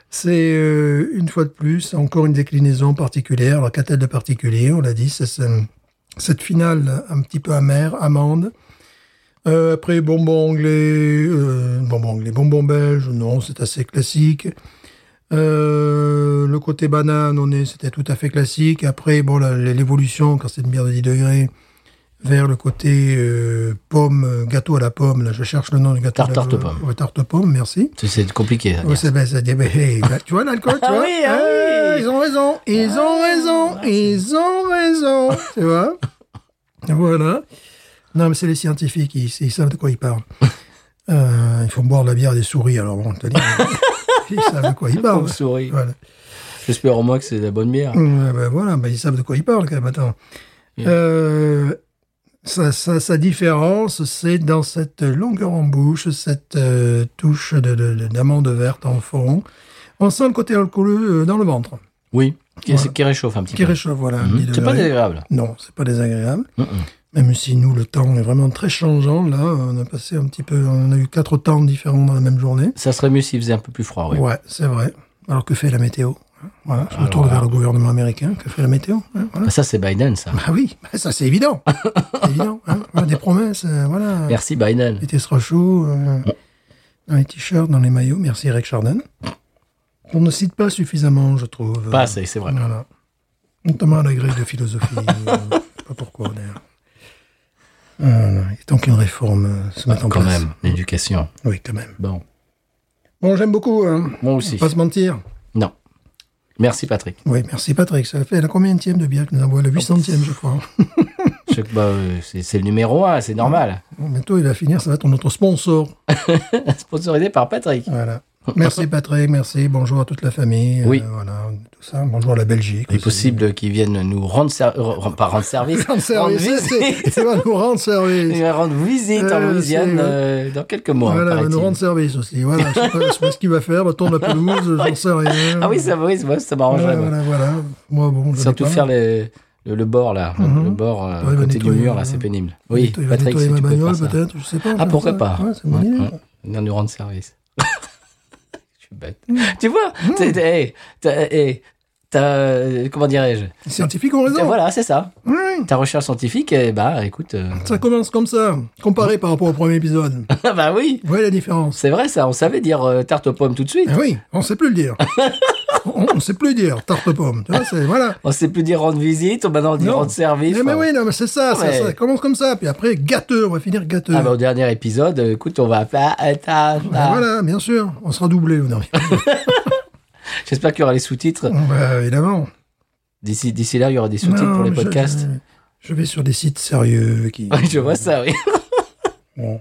c'est euh, une fois de plus encore une déclinaison particulière. Alors qu'a-t-elle de particulier On l'a dit, c'est c'est- cette finale un petit peu amère, amande. Euh, après bonbon anglais, euh, bonbon anglais, bonbon belge, non, c'est assez classique. Euh, le côté banane, on est, c'était tout à fait classique. Après, bon, la- l'évolution, quand c'est une bière de 10 degrés, vers le côté euh, pomme, euh, gâteau à la pomme, là, je cherche le nom du gâteau. à la-
Tarte- tarte pomme.
Ouais, tarte pomme, merci.
C'est- C'est compliqué. à
Ouais,
dire.
c'est, ben, c'est des- ben, hey, ben, tu vois l'alcool, tu
Ah
vois
oui, ah
Eh,
oui. Ah,
Ils ont raison, ils ont raison, ils ont raison, tu vois Voilà. Non, mais c'est les scientifiques, ils, ils savent de quoi ils parlent. Euh, il faut boire de la bière des souris, alors bon, t'as dit,
(laughs)
ils savent de quoi ils parlent.
Pauvre souris.
Voilà.
J'espère au moins que c'est de la bonne bière.
Ouais, ben voilà, ben ils savent de quoi ils parlent quand même. Attends.
Mm.
Euh, sa, sa- sa différence, c'est dans cette longueur en bouche, cette euh, touche de- de- de- d'amande verte en fond. On sent le côté alcooleux euh, dans le ventre,
Oui, qui,
Voilà.
qui réchauffe un petit
qui
peu.
réchauffe, voilà.
Mhm.
un petit
C'est pas
degré.
désagréable.
Non, c'est pas désagréable.
Mhm.
Même si nous, le temps est vraiment très changeant, là, on a passé un petit peu, on a eu quatre temps différents dans la même journée.
Ça serait mieux s'il faisait un peu plus froid, oui. Ah,
Ouais, c'est vrai. Alors que fait la météo hein, Voilà, je me
Alors
tourne
là.
vers le gouvernement américain. Que fait la météo Hein, voilà.
Ah, ça, c'est Biden, ça.
Ah oui, bah ça c'est
(laughs)
évident. C'est évident. hein. Voilà, des promesses, euh, voilà.
Merci, Biden.
Les sera chaud dans les t-shirts, dans les maillots. Merci Eric Chardin. On ne cite pas suffisamment, je trouve.
Pas assez, c'est vrai.
Voilà. Notamment à la grille de
(laughs)
philosophie. euh, je sais pas pourquoi d'ailleurs. Voilà. Il est temps qu'une réforme euh, se mette en
Ah, Quand
place.
même, l'éducation.
Oui, quand même.
Bon,
Bon, j'aime beaucoup. hein.
moi
On va
aussi.
Pas se mentir.
Non. Merci, Patrick.
Oui, merci Patrick. Ça fait la combienième de bière que nous envoie La 800e, je crois.
Je- bah, euh, c'est c'est le numéro un, c'est normal. (laughs)
Bon, bientôt, il va finir. Ça va être notre sponsor.
Sponsorisé par Patrick.
Voilà.
(laughs)
Merci Patrick, merci. Bonjour à toute la famille. Euh,
Oui.
voilà, tout ça. Bonjour à la Belgique.
Il est
aussi.
possible qu'ils viennent nous rendre, ser- euh, rendre- pas rendre service,
(laughs) Rendre service,
rendre
(laughs)
visite,
c'est- c'est- va nous rendre service.
Ils vont rendre visite en
Euh,
Louisiane
c'est-
euh, dans quelques mois.
voilà, va
paraît-il.
nous rendre service aussi. Voilà, je sais pas, je sais pas ce qu'il va faire, va tourner la pelouse, j'en sais rien.
Ah oui, ça, oui, ça, ça m'arrangerait.
Voilà,
moi.
voilà, voilà. Moi, bon, je
Surtout
l'ai pas.
faire les- le, le bord là, le-
Mhm.
le bord euh,
Ouais, il va
côté du
nettoyer,
mur là,
ouais.
c'est pénible.
Il va
Oui,
nettoyer- il va
Patrick, si
nettoyer
tu
ma
peux faire
bagnole,
ça.
peut-être, je sais pas.
Ah, pourquoi
Ouais,
pas
ouais, c'est une bonne idée.
Ouais, ouais. Venir nous rendre
(laughs)
service. Je suis bête. Tu vois
Mm.
t'es- t'es- hey, t'as- hey, t'as, euh, Comment dirais-je
Les scientifiques ont raison.
Voilà, c'est ça.
Ouais.
Ta recherche scientifique, eh bah écoute. euh,
Ça commence comme ça, comparé par rapport au premier épisode.
ah (laughs) bah oui,
Vous voyez la
(laughs)
différence
c'est vrai ça, on savait dire euh, tarte aux pommes tout de suite.
Ah oui, on sait plus le
(laughs)
dire. on, on sait plus le dire, tarte pomme. Tu vois, c'est, voilà.
On sait plus dire rendre visite, maintenant on dit
Non.
rendre service.
Non, mais
Enfin,
oui, non, mais c'est ça, ça,
Ouais.
ça commence comme ça. Puis après, gâteux, on va finir gâteux.
Ah bah, au dernier épisode, euh, écoute, on va appeler. ah, ah, ah,
Ben
ah.
Voilà, bien sûr, on sera doublé. Non, mais-
(laughs) J'espère qu'il y aura les sous-titres.
Bon, bah, évidemment.
D'ici d'ici là, il y aura des sous-titres
Non,
pour les
mais je-
podcasts.
Je, je vais sur des sites sérieux qui.
(laughs) Ouais, Je vois ça, oui.
Bon.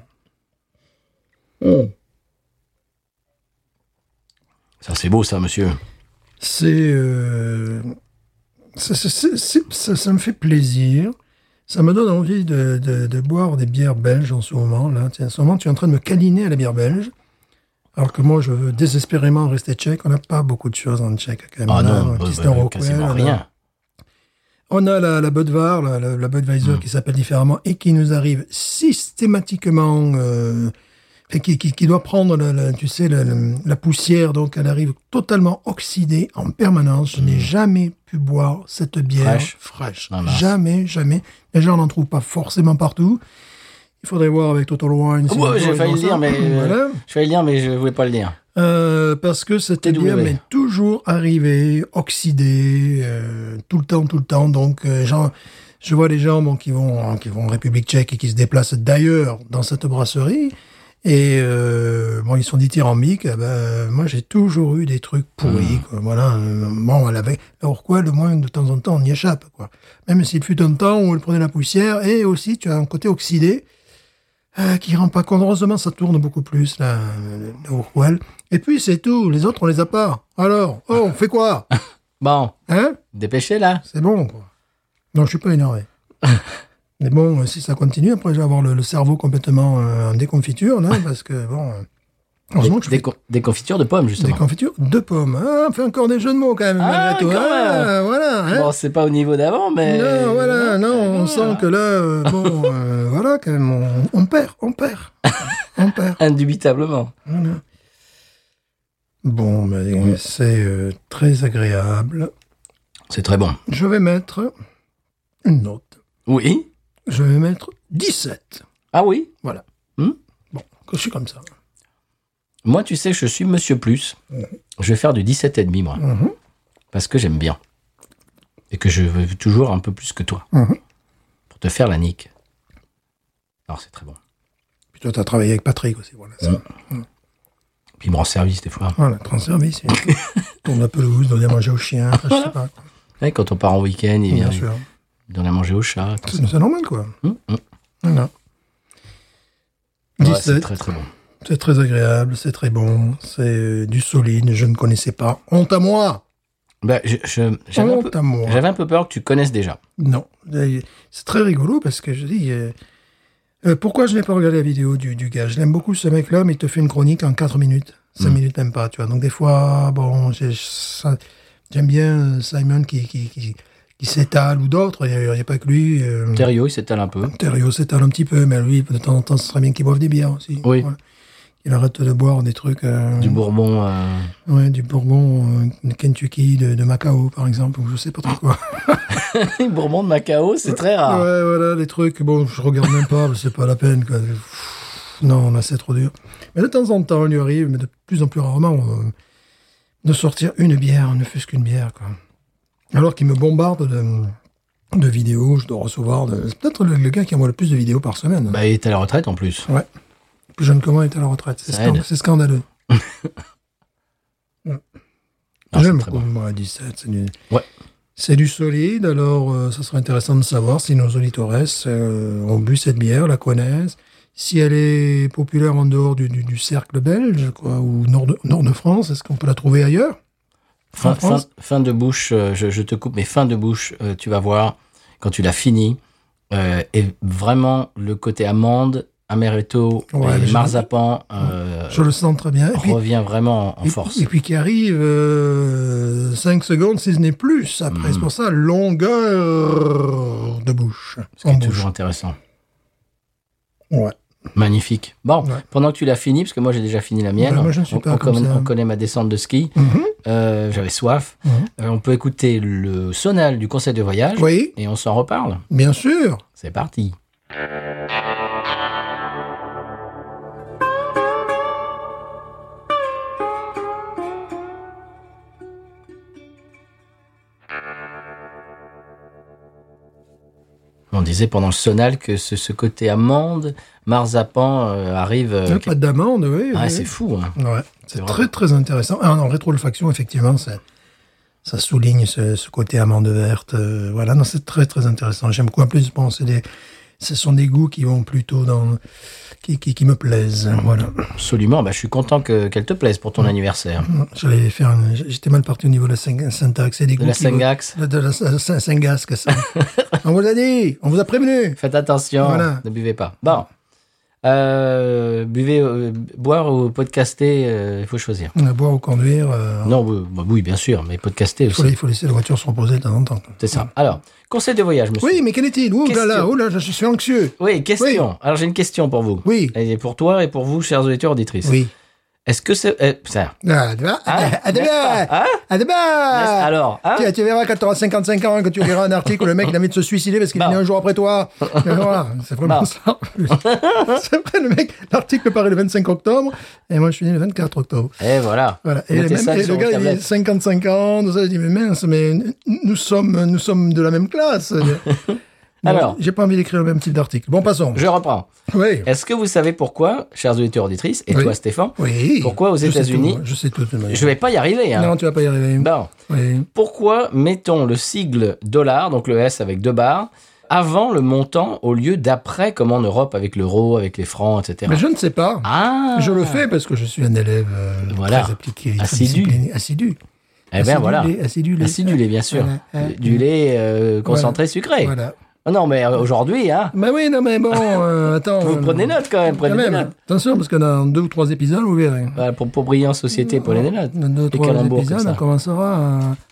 Ça, c'est beau, ça, monsieur.
C'est. euh, c'est- c'est- c'est- c'est- ça, ça me fait plaisir. Ça me donne envie de, de- de boire des bières belges en ce moment. Là. Tiens, en ce moment, tu es en train de me câliner à la bière belge. Alors que moi, je veux désespérément rester tchèque. On n'a pas beaucoup de choses en tchèque, quand même.
Ah
On a
non,
un
bah,
Pilsner
bah,
Rockwell, on
quasiment
a-
rien.
On a la, la Budvar, la, la, la
Mm.
Budweiser qui s'appelle différemment et qui nous arrive systématiquement, euh, et qui, qui, qui doit prendre, la, la- tu sais, la, la- la poussière, donc elle arrive totalement oxydée en permanence. Je n'ai jamais pu boire cette bière
Mm. Fraîche.
fraîche.
Ah, mince.
jamais, jamais. Déjà, on n'en trouve pas forcément partout. Il faudrait voir avec Total Wine.
Ah ouais,
on
j'ai
trouve
failli
ça.
le dire, mais, euh,
Voilà.
Je vais le lire, mais je voulais pas le lire.
Euh, parce que cette
TW.
bière m'est toujours arrivée, oxydée, euh, tout le temps, tout le temps. Donc, euh, genre, je vois les gens bon, qui vont hein, qui vont en République tchèque et qui se déplacent d'ailleurs dans cette brasserie. Et euh, bon, ils sont dithyrambiques. Eh ben, moi, j'ai toujours eu des trucs pourris. Quoi. Voilà. euh, Bon, elle avait. Alors quoi, le moins de temps en temps, on y échappe. Quoi. Même s'il fut un temps où elle prenait la poussière. Et aussi, tu as un côté oxydé euh, qui rend pas compte. Heureusement, ça tourne beaucoup plus là. euh, Le Rockwell. Et puis c'est tout. Les autres, on les a pas. Alors, oh, on
(laughs)
fait quoi
Bon,
Hein
dépêchez là. (laughs)
C'est bon. Quoi. Non, je suis pas énervé. Mais bon, euh, si ça continue, après, je vais avoir le, le cerveau complètement euh, en
(laughs)
déconfiture, là, parce que, bon, euh, heureusement que je
des,
fais
co- des confitures de pommes,
des
justement.
confitures de pommes. Ah, on fait encore des jeux de mots, quand même,
Ah,
malgré tout.
quand
Ah,
même.
voilà, hein.
Bon, c'est pas au niveau d'avant, mais.
Non, voilà, non, on sent que là, euh, bon, euh, voilà, quand même, on, on perd, on perd, on perd.
Indubitablement.
Voilà. Bon, mais c'est euh, très agréable.
C'est très bon.
Je vais mettre une note.
Oui.
Je vais mettre 17.
Ah oui.
Voilà.
Hmm.
Bon, que je suis comme ça.
Moi, tu sais, je suis Monsieur Plus. Je vais faire du 17,5, moi.
Mhm.
Parce que j'aime bien. Et que je veux toujours un peu plus que toi.
Mhm.
Pour te faire la nique. Alors, c'est très bon.
Puis toi, tu as travaillé avec Patrick aussi, voilà. Ça.
Puis il me rend service, des fois.
Voilà,
(laughs)
transservice. Tourne la pelouse, donner à manger aux chiens, enfin, je sais pas.
Ouais, quand on part en week-end, il vient
Bien sûr.
donner à manger au chat. tout ça.
C'est c'est normal, quoi.
Hum, hum.
Voilà.
Ouais, c'est
17.
très très bon.
C'est très agréable, c'est très bon, c'est euh, du solide, je ne connaissais pas. Honte à moi
Bah, je- je- J'avais un,
Honte
peu-
à moi
j'avais un peu peur que tu connaisses déjà.
Non, D'ailleurs, c'est très rigolo parce que je dis... euh, euh, pourquoi je n'ai pas regardé la vidéo du, du gars Je l'aime beaucoup ce mec-là, mais il te fait une chronique en 4 minutes. 5
Hmm.
minutes même pas, tu vois. Donc des fois, bon, j'ai- ça- j'aime bien euh, Simon qui, qui, qui, qui s'étale ou d'autres, il n'y a, il y a pas que lui. euh,
Thériault, il s'étale un peu.
Thériault s'étale un petit peu, mais lui, de temps en temps, ce serait bien qu'il boive des bières aussi.
Oui.
Ouais. Il arrête de boire des trucs... euh,
Du Bourbon. euh, (laughs)
Ouais, du Bourbon, euh, de Kentucky, de, de Macao, par exemple, ou je sais pas trop quoi.
Bourbon de Macao, c'est très rare.
Ouais, voilà, les trucs, bon, je regarde même pas, mais c'est pas la peine, quoi. Pff, Non, là, c'est trop dur. Mais de temps en temps, il lui arrive, mais de plus en plus rarement, euh, de sortir une bière, ne fût-ce qu'une bière, quoi. Alors qu'il me bombarde de, de vidéos, je dois recevoir... de- C'est peut-être le, le gars qui envoie le plus de vidéos par semaine.
Bah, il est à la retraite en plus.
Ouais. Plus jeune que moi est à la retraite. C'est
Ça
scan-
aide.
c'est scandaleux. Mm.
Ah,
J'aime
c'est très
beaucoup, moi, 17. C'est du...
Ouais.
c'est du solide, alors euh, ça serait intéressant de savoir si nos auditeurs euh, ont bu cette bière, la connaissent, si elle est populaire en dehors du, du- du cercle belge, quoi, ou nord de, nord de France, est-ce qu'on peut la trouver ailleurs
Fin,
En France
fin- fin de bouche, euh, je, je te coupe, mais fin de bouche, euh, tu vas voir, quand tu l'as fini, euh, et vraiment le côté amande, amaretto
Ouais, mais
et
je-
marzapan euh,
Je le sens très bien. Et puis,
revient vraiment en, en
et-
force.
et puis qui arrive 5 secondes, si ce n'est plus. Après,
Hmm.
c'est pour ça, longueur de bouche.
ce qui
En
est
bouche.
toujours intéressant.
Ouais.
Magnifique. Bon,
Ouais.
pendant que tu l'as fini, parce que moi j'ai déjà fini la mienne,
Ouais, moi, je ne suis
on,
pas
on
comme
connaît,
ça.
on connaît ma descente de ski,
Mhm.
Euh, j'avais soif.
Mhm.
Euh, on peut écouter le sonal du conseil de voyage
Oui,
et on s'en reparle.
bien sûr.
C'est parti. On disait pendant le sonal que ce, ce côté amande, marzapan euh, arrive. euh,
Il y a Pas d'amende, oui.
Ah,
oui.
c'est fou. hein.
Ouais, c'est
vrai.
très très intéressant. Ah, en rétro-olfaction, effectivement, ça, ça souligne ce, ce côté amande verte. euh, voilà, non, c'est très très intéressant. J'aime beaucoup. En plus, bon, c'est des, ce sont des goûts qui vont plutôt dans, qui, qui, qui me plaisent.
Mmh.
Voilà.
Absolument. Bah, je suis content que- qu'elle te plaise pour ton anniversaire.
J'allais faire, un- j'étais mal parti au niveau de la syng- syntaxe. C'est des
De
goûts
la
qui vont-
syngaxe.
de, de la sy- sy-
(laughs)
syngasque, ça. on vous a dit, on vous a prévenu.
Faites attention,
Voilà.
ne buvez pas. Bon. Euh, buvez, euh, boire ou podcaster, euh, il faut choisir.
On a boire ou conduire. euh,
Non, oui, bah oui, bien sûr, mais podcaster
il, faut,
aussi.
il faut laisser la voiture se reposer de temps en temps.
C'est ça. Alors, conseil de voyage, monsieur.
Oui, mais quel est-il Oh là là,
Question.
oh là, je suis anxieux.
Oui, question. Alors, j'ai une question pour vous.
Oui.
Et pour toi et pour vous, chers auditeurs, auditrices.
Oui.
Est-ce que c'est. eh, ça.
Ah, demain,
Hein
ah, demain,
N'est-ce pas Hein
ah, demain.
N'est-ce- Alors, hein
tu, tu verras quand tu auras 55 ans que tu liras un article où le mec il a envie de se suicider parce qu'il est
Bon.
né un jour après toi. Et voilà, c'est vraiment
Bon.
ça. en
(laughs)
plus. c'est vrai, le mec, l'article paraît le 25 octobre et moi je suis né le 24 octobre.
Et Eh, voilà.
Voilà. Et,
Notez
le même-
ça
et
sur
le
vos
gars, il est
tablettes.
55 ans, tout ça, je dis, mais mince, mais nous sommes, nous sommes de la
(laughs)
même classe. Donc,
Alors.
J'ai pas envie d'écrire le même type d'article. Bon, passons.
Je Eh, reprends.
Oui.
Est-ce que vous savez pourquoi, chers auditeurs, auditrices, et
Oui.
toi, Stéphane,
Oui.
Pourquoi aux
Je sais
États-Unis-
tout, moi. Je sais tout. de toute manière.
je vais pas y arriver. Hein.
Non, tu vas pas y arriver.
Bon.
Oui.
Pourquoi mettons le sigle dollar, donc le S avec deux barres, avant le montant au lieu d'après, comme en Europe avec l'euro, avec les francs, etc.
Mais je ne sais pas.
Ah
Je le fais parce que je suis un élève euh,
Voilà.
très appliqué, très
Assidu.
discipliné, assidu.
Eh bien voilà.
Assidu, lait, assidu, lait.
Acidulé, bien sûr.
Voilà.
Du lait euh, concentré sucré.
Voilà.
Ah Non, mais euh, aujourd'hui, hein,
Bah oui, non, mais bon,
(laughs)
euh, attends.
vous
euh,
prenez note quand même, prenez
Quand
des
même,
notes.
attention, parce que dans deux ou trois épisodes, vous verrez.
Voilà, pour, pour briller en société, prenez des notes.
Dans deux ou
Des
trois
calembours comme
épisodes,
ça.
on commencera à,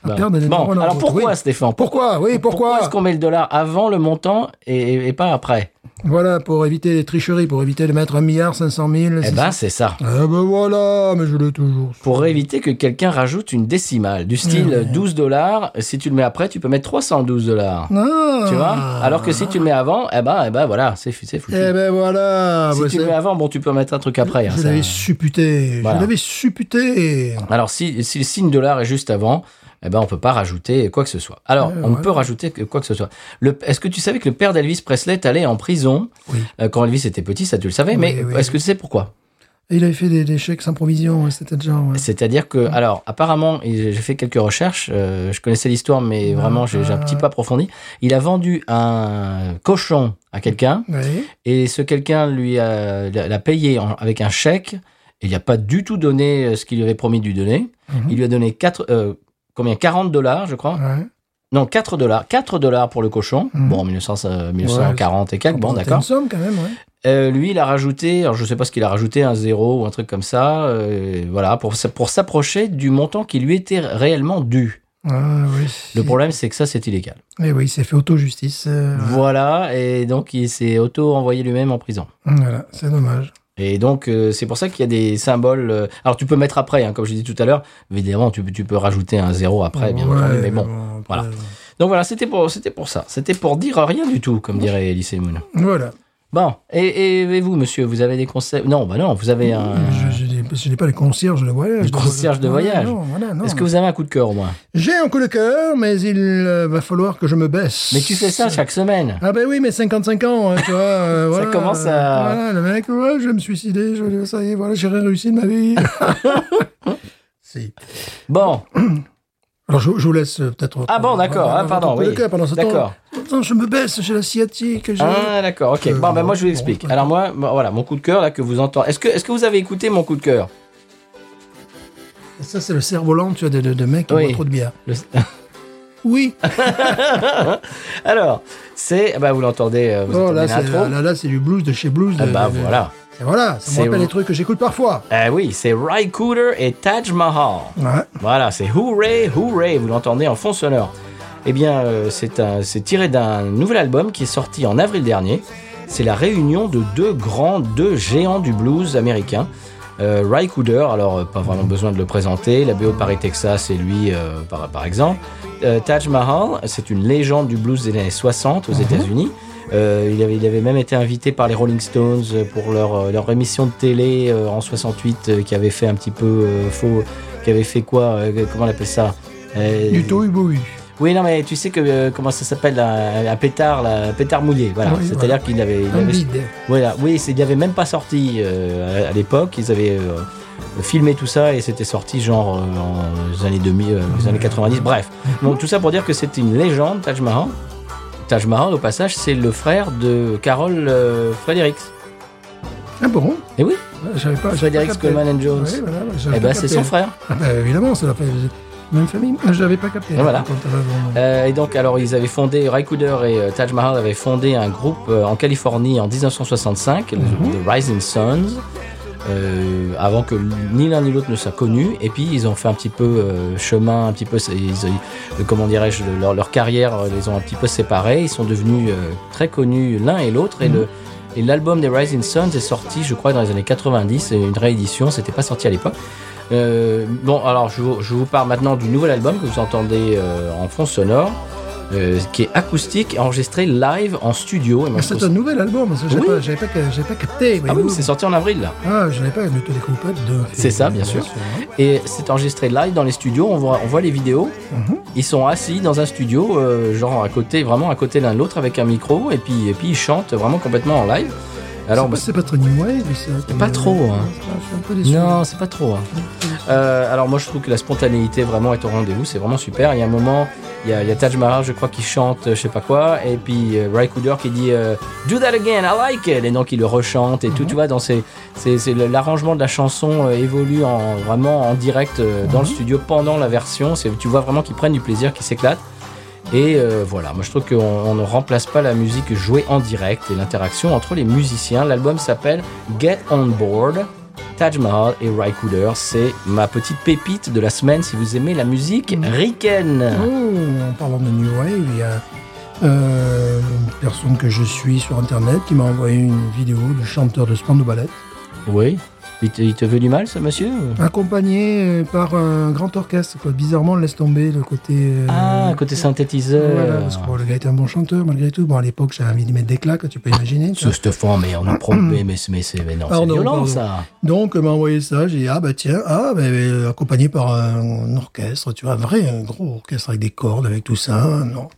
à
Bah.
perdre des
Bon,
neurones
alors
entre autres.
pourquoi,
Oui.
Stéphane
Pourquoi Oui, pourquoi,
est-ce qu'on met le dollar avant le montant et, et pas après
Voilà, pour éviter les tricheries, pour éviter de mettre un milliard, 500 000.
Eh ben, c'est ça.
Ah ben voilà, mais je l'ai toujours.
Pour éviter que quelqu'un rajoute une décimale, du style 12 dollars, si tu le mets après, tu peux mettre 312 dollars.
Ah.
Tu vois Alors que si tu le mets avant, eh ben, eh ben voilà, c'est fu- c'est foutu.
Eh ben voilà.
si
ouais,
tu le
c'est-
mets avant, bon, tu peux mettre un truc après. hein,
je
ça.
l'avais supputé.
Voilà.
Je l'avais supputé.
Alors, si, si le signe dollar est juste avant, eh ben, on peut pas rajouter quoi que ce soit. Alors,
Eh,
on ne peut rajouter que- quoi que ce soit. Le- Est-ce que tu savais que le père d'Elvis Presley est allé en prison
Oui.
euh, quand Elvis était petit Ça, tu le savais, mais
oui,
est-ce que tu sais pourquoi
Et Il avait fait des, des chèques sans provision, ouais, c'était déjà. Ouais.
C'est-à-dire que, alors, apparemment, il- j'ai fait quelques recherches, euh, je connaissais l'histoire, mais vraiment, j'ai j'ai un petit peu approfondi. Il a vendu un cochon à quelqu'un,
Ouais.
et ce quelqu'un lui a- l'a l'a payé en- avec un chèque, et il n'a pas du tout donné euh, ce qu'il lui avait promis de lui donner.
Mmh.
Il lui a donné 4, combien 40 dollars, je crois
Mhm. Ouais.
Non, 4 dollars. 4 dollars pour le cochon.
Mhm.
Bon, en 1900, euh, 1940 et quelques, bon,
C'était
d'accord.
Une somme quand même, ouais.
Euh, lui, il a rajouté, alors je sais pas ce qu'il a rajouté, un zéro ou un truc comme ça, euh, voilà, pour, s- pour s'approcher du montant qui lui était réellement dû.
Ah, oui.
Le problème, c'est que ça, c'est illégal.
Mais oui, il s'est fait auto-justice. euh,
Voilà, et donc il s'est auto-envoyé lui-même en prison.
Voilà, c'est dommage.
Et donc, euh, c'est pour ça qu'il y a des symboles. euh, alors, tu peux mettre après, hein, comme je l'ai dit tout à l'heure, évidemment, tu, peux- tu peux rajouter un zéro après, bien
Ouais,
entendu, mais bon.
après,
voilà.
euh,
Donc voilà, c'était pour, c'était pour ça. C'était pour dire rien du tout, comme dirait Elise Moon.
Voilà.
Bon, et, et, et vous, monsieur, vous avez des conseils Non, bah non, vous avez un.
Je- Je n'ai- je n'ai pas les concierges de voyage.
Les concierges de
Ouais,
voyage.
Non, voilà, non.
Est-ce que vous avez un coup de cœur au moins
J'ai un coup de cœur, mais il euh, va falloir que je me baisse.
Mais tu fais ça chaque semaine.
Ah ben oui, mais 55 ans, hein, tu vois. euh,
Ça
voilà,
commence
euh,
à-
Voilà, le mec, ouais, je vais me suicider, je, ça y est, voilà, j'ai rien réussi de
(laughs)
ma vie. si.
Bon,
Alors je, je vous laisse euh, peut-être...
Ah bon, d'accord,
Voilà,
ah, pardon,
votre coup de
oui.
cœur Pendant ce
D'accord.
temps, Attends, je me baisse, j'ai la sciatique, j'ai...
ah, d'accord, ok.
Euh,
Bon, ben moi je vous
bon,
explique.
ouais.
Alors moi, bon, voilà, mon coup de cœur là que vous entendez. Est-ce que, est-ce que vous avez écouté mon coup de cœur
Ça, c'est le cerf-volant, tu vois, de, de, de mec qui
Oui. Ah,
boit trop de bière.
Le-
Oui.
(laughs) Alors, c'est, bah vous l'entendez, euh, vous
Oh,
entendez
là, c'est,
l'intro.
là, là, c'est du blues de chez blues.
Ah
de-
bah
de- de-
voilà.
Et voilà, ça
C'est
me rappelle
bon.
les trucs que j'écoute parfois.
Ah oui, c'est Ry Cooter et Taj Mahal.
Ouais.
Voilà, c'est Hooray, Hooray, vous l'entendez en fond sonore. Eh bien, euh, c'est un- c'est tiré d'un nouvel album qui est sorti en avril dernier. C'est la réunion de deux grands, deux géants du blues américain. Euh, Ry Cooder, alors euh, pas vraiment besoin de le présenter, la BO de Paris, Texas, c'est lui euh, par, par exemple. Euh, Taj Mahal, c'est une légende du blues des années 60 aux
Mhm.
États-Unis. Euh, il, avait, il avait même été invité par les Rolling Stones pour leur, euh, leur émission de télé euh, en 68 euh, qui avait fait un petit peu euh, faux, qui avait fait quoi, euh, comment on appelle ça Euh,
Du tout, oui.
oui, non, mais tu sais que euh, comment ça s'appelle un, un pétard, là, un pétard mouillé. Voilà.
Oui,
C'est-à-dire qu'il avait, il
Un
avait-
bide.
voilà, oui, c'est- il n'y avait même pas sorti euh, à, à l'époque. Ils avaient euh, filmé tout ça et c'était sorti genre euh, en- aux années 2000, euh, aux années 90. Bref, donc tout ça pour dire que c'est une légende, Taj Mahal. Taj Mahal, au passage, c'est le frère de Carol euh, Fredericks.
Ah bon
Et oui,
Ouais, J'avais pas. j'avais pas
Fredericks
capté.
Coleman and Jones.
Oui, voilà,
et
j'avais
eh ben,
pas
c'est
capté.
son frère.
Ah ben, évidemment, c'est la fa- même famille. Je l'avais pas capté.
Et voilà.
Quand, euh, bon,
Euh, et donc, alors, ils avaient fondé, Raikuder et euh, Taj Mahal avaient fondé un groupe euh, en Californie en 1965, le- The Rising Suns, euh, avant que ni l'un ni l'autre ne soient connus. Et puis, ils ont fait un petit peu euh, chemin, un petit peu, ils- ils- comment dirais-je, leur, leur carrière euh, les ont un petit peu séparés. Ils sont devenus euh, très connus l'un et l'autre. Et le et l'album des Rising Suns est sorti, je crois, dans les années 90, c'est une réédition, c'était pas sorti à l'époque. Euh, bon, alors je vous, je vous parle maintenant du nouvel album que vous entendez euh, en fond sonore, euh, qui est acoustique, enregistré live en studio. Et moi,
Ah,
je
C'est un
trouve ça-
nouvel album, ça, j'avais
Oui.
pas, j'avais pas, ca- j'avais pas capté.
Ah oui,
voyez-vous.
c'est sorti en avril là.
Ah, je n'avais pas de tous les coupettes de.
C'est ça, bien sûr. Et c'est enregistré live dans les studios, on voit, on voit les vidéos.
Mhm.
Ils sont assis dans un studio, euh, genre à côté, vraiment à côté l'un de l'autre avec un micro, et puis, et puis ils chantent vraiment complètement en live.
Alors,
Alors, bah,
c'est pas trop New Wave, ça. comme-
pas trop, hein.
Je suis un peu déçu.
non, c'est pas trop. hein. Euh, alors moi je trouve que la spontanéité vraiment est au rendez-vous, c'est vraiment super. Il y a un moment, il y a, il y a Taj Mahal je crois qui chante euh, je sais pas quoi, et puis euh, Ry Cooder qui dit euh, Do that again, I like it, et donc il le rechante et tout, tu vois, dans ces, c'est- c'est le- l'arrangement de la chanson euh, évolue en,
Mhm.
vraiment en direct euh, dans le studio pendant la version, C'est- tu vois vraiment qu'ils prennent du plaisir, qu'ils s'éclatent. Et euh, voilà, moi je trouve qu'on on ne remplace pas la musique jouée en direct et l'interaction entre les musiciens. L'album s'appelle Get On Board. Taj Mahal et Ry Cooder, c'est ma petite pépite de la semaine si vous aimez la musique
Mhm.
ricaine.
Oh, en parlant de New Wave, il y a euh, une personne que je suis sur Internet qui m'a envoyé une vidéo du chanteur de Spandau Ballet,
Oui. Il te, il te veut du mal, ce monsieur
accompagné euh, par un grand orchestre. quoi. Bizarrement, on laisse tomber le côté... euh,
Ah, côté synthétiseur.
Voilà, parce que bon, le gars était un bon chanteur, malgré tout. Bon, à l'époque, j'avais envie de mettre des claques, tu peux imaginer. tu
Ce
vois.
Stéphane, mais on
(clears throat)
nous prend, mais, mais, mais c'est mais non, c'est
Pardon,
violent
pardon.
ça.
Donc, elle m'a envoyé ça, j'ai dit, ah bah tiens, ah, bah, euh, accompagné par un orchestre, tu vois, un vrai, un gros orchestre avec des cordes, avec tout ça, hein, non.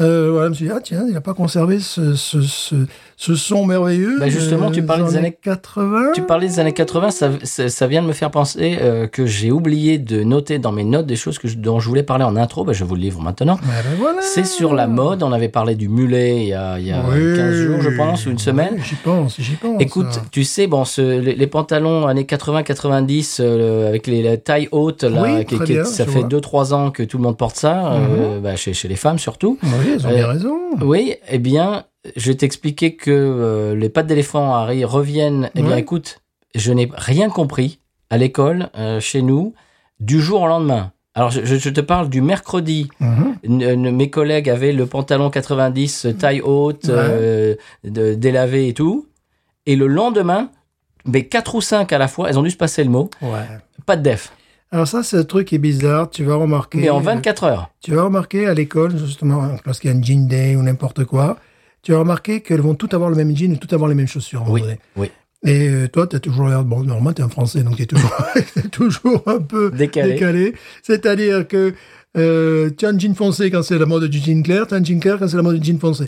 Euh, voilà, je me suis dit, ah tiens, il n'a pas conservé ce, ce, ce, ce son merveilleux.
Bah, justement, tu parlais des années-
80.
Tu parlais des années 80, ça, ça, ça vient de me faire penser euh, que j'ai oublié de noter dans mes notes des choses que je- dont je voulais parler en intro, bah, je vous le livre maintenant.
Ouais, ben voilà.
C'est sur la mode, on avait parlé du mulet il y a, il y a
Oui.
15 jours, je pense, ou une semaine.
Ouais, J'y pense, j'y pense. hein.
Écoute, tu sais, bon, ce- les, les pantalons années 80-90 euh, avec les, la taille haute, là,
Oui,
qui-
très
qui-
bien,
ça
je
fait
vois. Mhm.
2-3 ans que tout le monde porte ça, euh, bah, chez, chez les femmes surtout.
Oui, ils ont
Euh,
bien raison.
Oui, eh bien, je vais t'expliquer que euh, les pattes d'éléphant, Harry, reviennent. Eh bien,
Ouais.
écoute, je n'ai rien compris à l'école, euh, chez nous, du jour au lendemain. Alors, je, je- je te parle du mercredi.
Mhm.
N- euh, n- mes collègues avaient le pantalon 90, euh, taille haute,
Ouais.
euh, de- délavé et tout. Et le lendemain, mais quatre ou cinq à la fois, elles ont dû se passer le mot,
Ouais.
pas de def.
Alors ça, c'est un truc qui est bizarre, tu vas remarquer.
Mais en 24 heures.
Tu vas remarquer à l'école, justement, lorsqu'il y a un jean day ou n'importe quoi, tu vas remarquer qu'elles vont toutes avoir le même jean ou toutes avoir les mêmes chaussures. à un moment
Oui,
donné.
oui.
Et euh, toi, t'as toujours l'air... Bon, normalement, t'es un Français, donc t'es toujours, (laughs) t'es toujours un peu
Décalé.
C'est-à-dire que euh, tu as un jean foncé quand c'est la mode du jean clair, tu as un jean clair quand c'est la mode du jean foncé.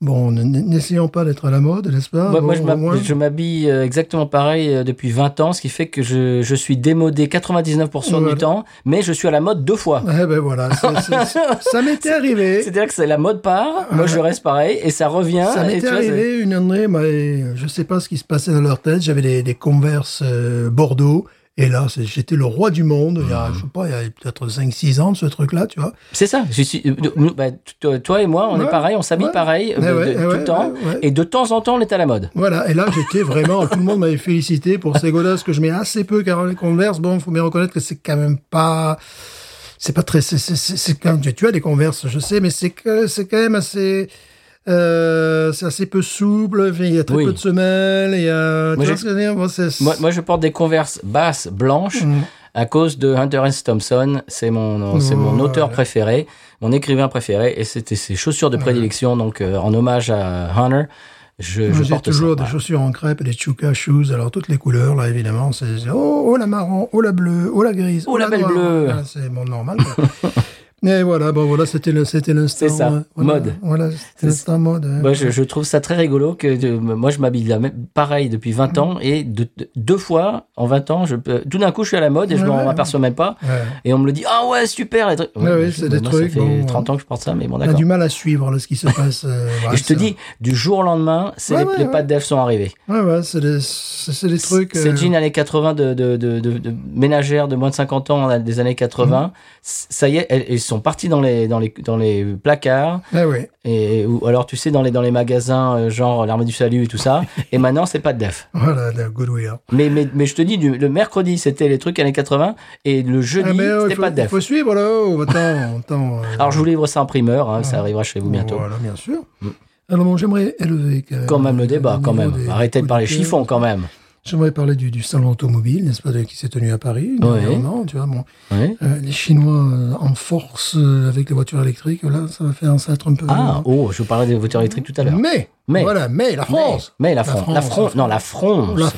Bon, n- n- n'essayons pas d'être à la mode, n'est-ce pas
Moi,
Bon,
moi, je
Ah, bah, au
m'hab-
moins-
je m'habille euh, exactement pareil euh, depuis 20 ans, ce qui fait que je, je suis démodé 99%
Voilà.
du temps, mais je suis à la mode deux fois.
Eh ben voilà, c'est- c'est- c'est- ça m'était arrivé.
C'est-à-dire que (laughs) c'est la mode part, moi je reste pareil, et ça revient.
Ah. Ça
Ah, et
m'était
tu vois, c'est-
arrivé une année, mais je sais pas ce qui se passait dans leur tête. J'avais des, des Converse euh, Bordeaux. Et là, c'est- j'étais le roi du monde. Il y
Mmh.
a, je sais pas, il y a peut-être 5-6 ans de ce truc-là, tu vois.
C'est ça. Je suis- euh, nous- bah, t- toi- toi et moi, on est
Ouais,
pareil, on s'habille
ouais.
pareil euh,
Eh
de-
ouais,
de-
eh
tout
ouais,
le temps.
ouais, ouais.
Et de temps en temps, on est à la mode.
Voilà. Et là, j'étais vraiment, tout le monde m'avait félicité pour ces godasses que je mets assez peu car les Converse, bon, faut bien reconnaître que c'est quand même pas, c'est pas très, c'est, c'est, c'est- c'est quand même, tu- tu as des Converse, je sais, mais c'est que, c'est quand même assez, euh, c'est assez peu souple, Enfin, il y a très
Oui.
peu de semelles, il y
Moi,
a, tu
j'ai-
vois ce que je veux dire Moi, c'est-
Moi, moi, je porte des converses basses,
Mm.
blanches, à cause de Hunter S. Thompson. C'est mon, euh, c'est mon
Voilà.
auteur préféré, mon écrivain préféré, et c'était ses chaussures de prédilection. Donc, euh, en hommage à Hunter, je, je
Moi, j'ai
porte
toujours
ça.
des
Voilà.
chaussures en crêpe et des chouka shoes, alors toutes les couleurs, là, évidemment. C'est c'est- oh, oh la marron, oh la bleue, oh la grise,
Oh, la belle
noire.
bleue.
Voilà, c'est bon, normal. quoi.
(laughs)
Et voilà, bon, voilà, c'était le- c'était l'instant.
C'est ça,
euh, voilà,
mode.
Voilà, c'était l'instant mode. hein.
Moi, je, je trouve ça très rigolo que de- moi, je m'habille de la même- pareil depuis
Mm.
20 ans et de- de- deux fois en 20 ans, je, peux- tout d'un coup, je suis à la mode et je
Ouais,
m'en
ouais.
aperçois même pas.
Ouais.
Et on me le dit, ah ouais, super. les trucs.
Ouais, ouais,
mais
c'est
je-
des
moi,
trucs,
Ça fait
bon,
30 ans que je porte ça, mais bon,
On a
d'accord.
du mal à suivre là, ce qui se passe. euh,
Et
voilà,
je te
c'est-
dis, du jour au lendemain, c'est
Ouais,
les,
ouais,
les
ouais.
pattes d'elfe sont arrivées.
Ouais, ouais, c'est des, c'est c'est des trucs.
Ces
euh,
jeans années 80 de, de, de, de- de ménagères de moins de 50 ans des années 80,
Mhm.
c- ça y est, elles, elles sont parties dans les, dans les, dans les placards,
Ah oui.
et, ou alors tu sais, dans les, dans les magasins, euh, genre l'armée du salut et tout
(laughs)
ça, et maintenant c'est pas de def.
Voilà, la Goodwill.
Mais, mais, mais je te dis, du- le mercredi c'était les trucs années 80, et le jeudi
Ah, mais euh, il
c'était
faut,
pas de
il
def.
faut suivre là. oh, attends,
(laughs)
attends. euh,
Alors je vous livre ça en primeur, hein, ça arrivera chez vous bientôt. Mm.
Voilà, bien sûr. Alors bon, j'aimerais élever quand même,
Quand même le débat, quand
niveau
même.
des-
Arrêtez de
des
parler
politiques.
chiffon quand même.
J'aimerais parler du, du salon automobile, n'est-ce pas, de- qui s'est tenu à Paris,
Ouais.
dernièrement, tu vois, bon,
Oui.
euh, les Chinois euh, en force euh, avec les voitures électriques, là, ça va faire un sacre un peu.
Ah, oh, je vous parlais des voitures électriques tout à l'heure.
mais,
Mais-
voilà, mais la France,
Mais, mais la France, la France, non, la France.
la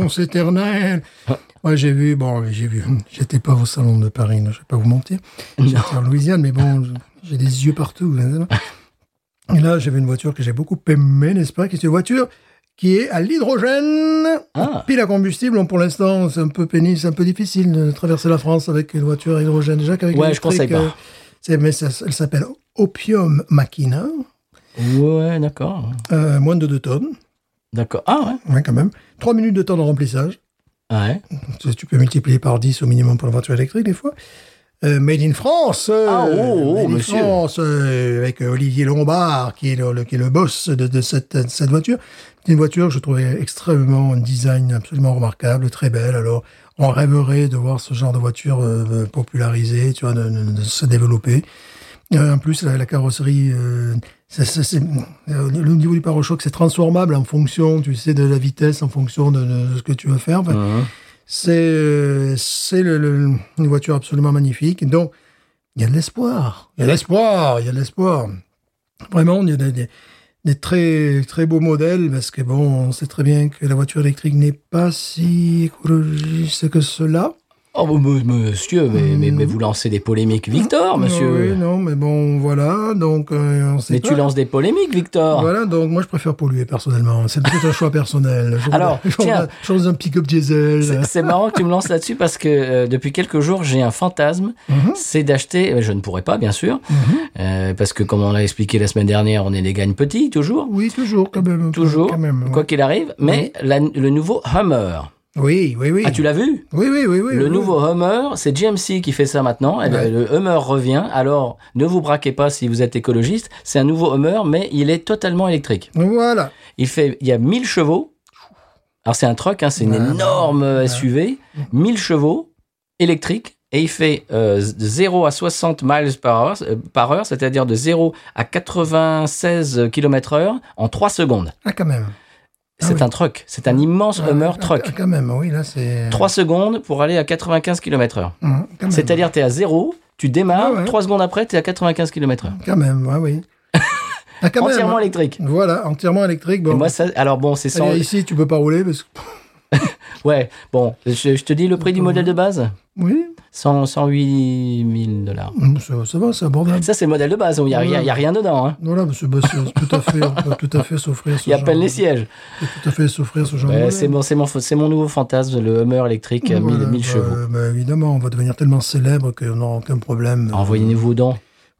France éternelle.
Ah.
Moi, j'ai vu, bon, j'ai vu, j'étais pas au salon de Paris, je vais pas vous mentir. J'étais en Louisiane, mais bon, j'ai des yeux partout.
Ah.
Et là, j'ai vu une voiture que j'ai beaucoup aimée, n'est-ce pas, qui est une voiture qui est à l'hydrogène.
Ah.
Pile à combustible, bon, pour l'instant, c'est un peu pénible, c'est un peu difficile de traverser la France avec une voiture à hydrogène. Déjà qu'avec
Ouais, je
l'électrique,
conseille pas.
euh, c'est- mais ça- elle s'appelle Opium Machina,
Ouais, d'accord.
euh, moins de 2 tonnes,
D'accord. Ah
ouais, quand même. 3 minutes de temps de remplissage.
ouais. Ouais.
Tu tu peux multiplier par 10 au minimum pour la voiture électrique, des fois. euh, Made in France. euh,
Ah, oh, oh,
Made in
monsieur.
France, euh, avec Olivier Lombard, qui est le, le- qui est le boss de, de cette, de cette voiture. C'est une voiture que je trouvais extrêmement, un design absolument remarquable, très belle. Alors, on rêverait de voir ce genre de voiture euh, popularisée, tu vois, de, de- de se développer. Euh, en plus, la, la carrosserie, euh, ça- ça- c'est- euh, le niveau du pare-choc, c'est transformable en fonction, tu sais, de la vitesse, en fonction de, de ce que tu veux faire. Enfin, C'est euh, c'est le- le- une voiture absolument magnifique. Donc, il y a de l'espoir. Il y a de l'espoir. Il y a de l'espoir. Vraiment, il y a des, des- des très, très beaux modèles parce que, bon, on sait très bien que la voiture électrique n'est pas si écologiste que cela.
Oh, mais- mais- monsieur, mais, mais,
Mm-hmm.
mais vous lancez des polémiques, Victor, monsieur.
Oui, non, mais bon, voilà. Donc, euh, on sait
mais
pas.
tu lances des polémiques, Victor.
Voilà, donc moi je préfère polluer personnellement. C'est peut-être un choix personnel. Je
Alors,
voudrais- je
tiens.
voudrais- je voudrais un pick-up diesel.
C'est- C'est marrant que tu me lances là-dessus parce que euh, depuis quelques jours, j'ai un fantasme,
Mm-hmm.
c'est d'acheter, euh, je ne pourrais pas bien sûr, euh, parce que comme on l'a expliqué la semaine dernière, on est des gagnes petits toujours,
Oui, toujours, quand même.
toujours,
Mm-hmm. Quand même, ouais.
quoi qu'il arrive, mais la- le nouveau Hummer,
Oui, oui, oui.
ah tu l'as vu
Oui, oui, oui, oui.
Le
oui.
nouveau Hummer, c'est GMC qui fait ça maintenant, Eh ben,
Ouais.
le Hummer revient, alors ne vous braquez pas si vous êtes écologiste, c'est un nouveau Hummer, mais il est totalement électrique.
Voilà.
Il fait, il y a 1000 chevaux. Alors c'est un truck, hein, c'est une
Ouais,
énorme euh, SUV. 1000 chevaux électrique et il fait euh, 0 à 60 miles par heure, euh, par heure c'est-à-dire de 0 à 96 km heure en 3 secondes.
Ah, quand même. Ah
C'est
oui.
un truck, c'est un immense Hummer
Ah,
truck.
ah, quand même, oui, là c'est.
3 secondes pour aller à 95 km heure.
Hum, quand même.
C'est-à-dire tu es à 0, tu démarres,
Ah ouais.
3 secondes après tu es à 95 km heure.
Quand même, ouais,
(laughs)
oui. ah, quand même.
Entièrement
hein.
électrique.
Voilà, entièrement électrique. Bon.
Et moi, ça, alors bon, c'est
Allez,
100...
Ici, tu peux pas rouler parce que.
Ouais, bon, je, je te dis le prix du modèle de base
Oui,
100, 108 000 dollars.
hum, ça, ça va, c'est abordable.
Ça, c'est le modèle de base. Il n'y a, rien- y a rien dedans. hein.
Voilà, monsieur Bossio, c'est tout à fait, on peut tout à fait s'offrir ce
Il y a à
genre
peine
de-
les sièges.
on peut Tout à fait s'offrir ce genre
Ouais,
de-
c'est mon, c'est mon, c'est mon nouveau fantasme, le Hummer électrique à 1000
Voilà,
1000
bah,
chevaux.
bah, évidemment, on va devenir tellement célèbre qu'on n'aura aucun problème.
Envoyez-nous vos dons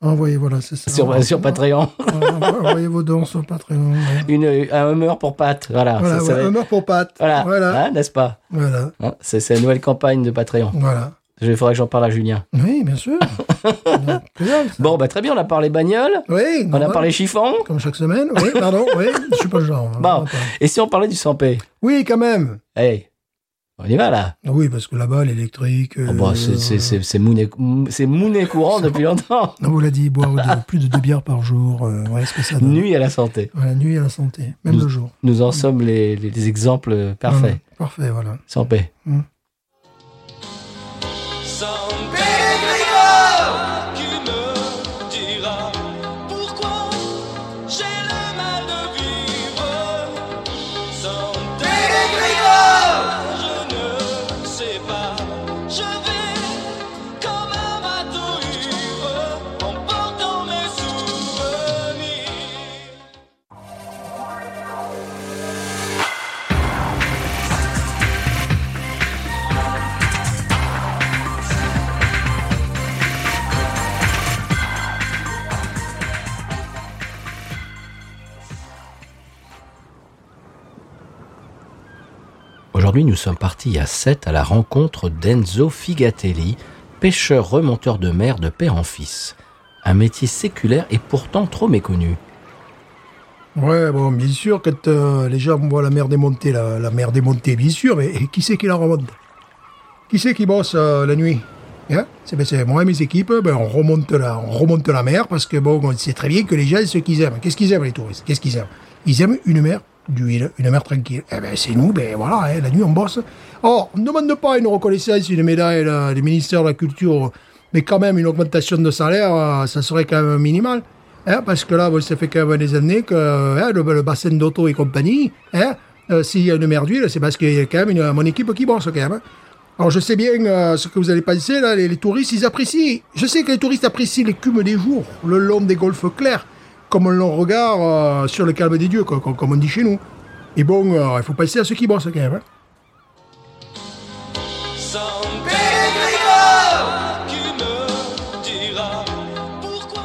Envoyez, voilà, c'est ça.
sur, sur Patreon. (laughs)
Envoyez- Envoyez vos dons sur Patreon. ouais.
Une, un Hummer pour Pat. Voilà.
Voilà,
Ah, ça- ça
ouais,
va-
un meurt pour Pat.
voilà.
Voilà.
Hein, n'est-ce pas
Voilà.
Hein, C'est c'est la nouvelle campagne de Patreon.
voilà.
Il faudrait que j'en parle à Julien.
Oui, bien
(laughs)
sûr. Incroyable, ça.
Bon, bah, très bien, on a parlé bagnole,
Oui,
on a
normal,
parlé chiffon.
Comme chaque semaine. Oui, pardon. oui, je suis pas le genre.
Bon,
vraiment pas.
et si on parlait du 100p
Oui, quand même.
Hey, on y va là
Oui, parce que là-bas, l'électrique.
Oh, bah, c'est-
euh,
c'est- C'est c'est mouné c'est mouné courant depuis longtemps.
On vous l'a dit, boire
(laughs)
de- plus de deux bières par jour. euh, (laughs) ouais, ce que ça donne.
Nuit à la santé.
Voilà, nuit à la santé. Même
Nous-
le jour.
Nous en sommes les, les- les exemples
Voilà,
parfaits.
Parfait, voilà.
Sans paix.
Sans Grégor qui me dira pourquoi j'ai le mal de vivre. Sans Grégor, je ne sais pas. Je vais comme un bateau ivre en portant mes souvenirs.
Aujourd'hui, nous sommes partis à 7 à la rencontre d'Enzo Figatelli, pêcheur remonteur de mer de père en fils. Un métier séculaire et pourtant trop méconnu.
Ouais, bon, bien sûr, quand euh, les gens voient la mer démonter, la, la mer démontée, bien sûr, mais et qui c'est qui la remonte Qui c'est qui bosse euh, la nuit Hein c'est, ben, c'est moi et mes équipes, ben, on, remonte la, on remonte la mer parce que bon, on sait très bien que les gens, ce qu'ils aiment, qu'est-ce qu'ils aiment les touristes Qu'est-ce qu'ils aiment Ils aiment une mer d'huile, une mer tranquille. Eh ben, c'est nous, ben voilà, hein, la nuit on bosse. Or, on ne demande pas une reconnaissance, une médaille là, du ministère de la Culture, mais quand même une augmentation de salaire, euh, ça serait quand même minimal. Hein, parce que là, bon, ça fait quand même des années que hein, le, le bassin d'auto et compagnie, hein, euh, s'il y a une mer d'huile, c'est parce qu'il y a quand même une- mon équipe qui bosse quand même. hein. Alors je sais bien euh, ce que vous allez penser, là, les, les touristes, ils apprécient. Je sais que les touristes apprécient l'écume des jours, le long des golfes clairs, comme on le regarde euh, sur le calme des dieux, co- co- comme, on dit chez nous. Et bon, euh, il faut penser à ceux qui bossent quand même. hein.
Sans Grégor qui me dira pourquoi.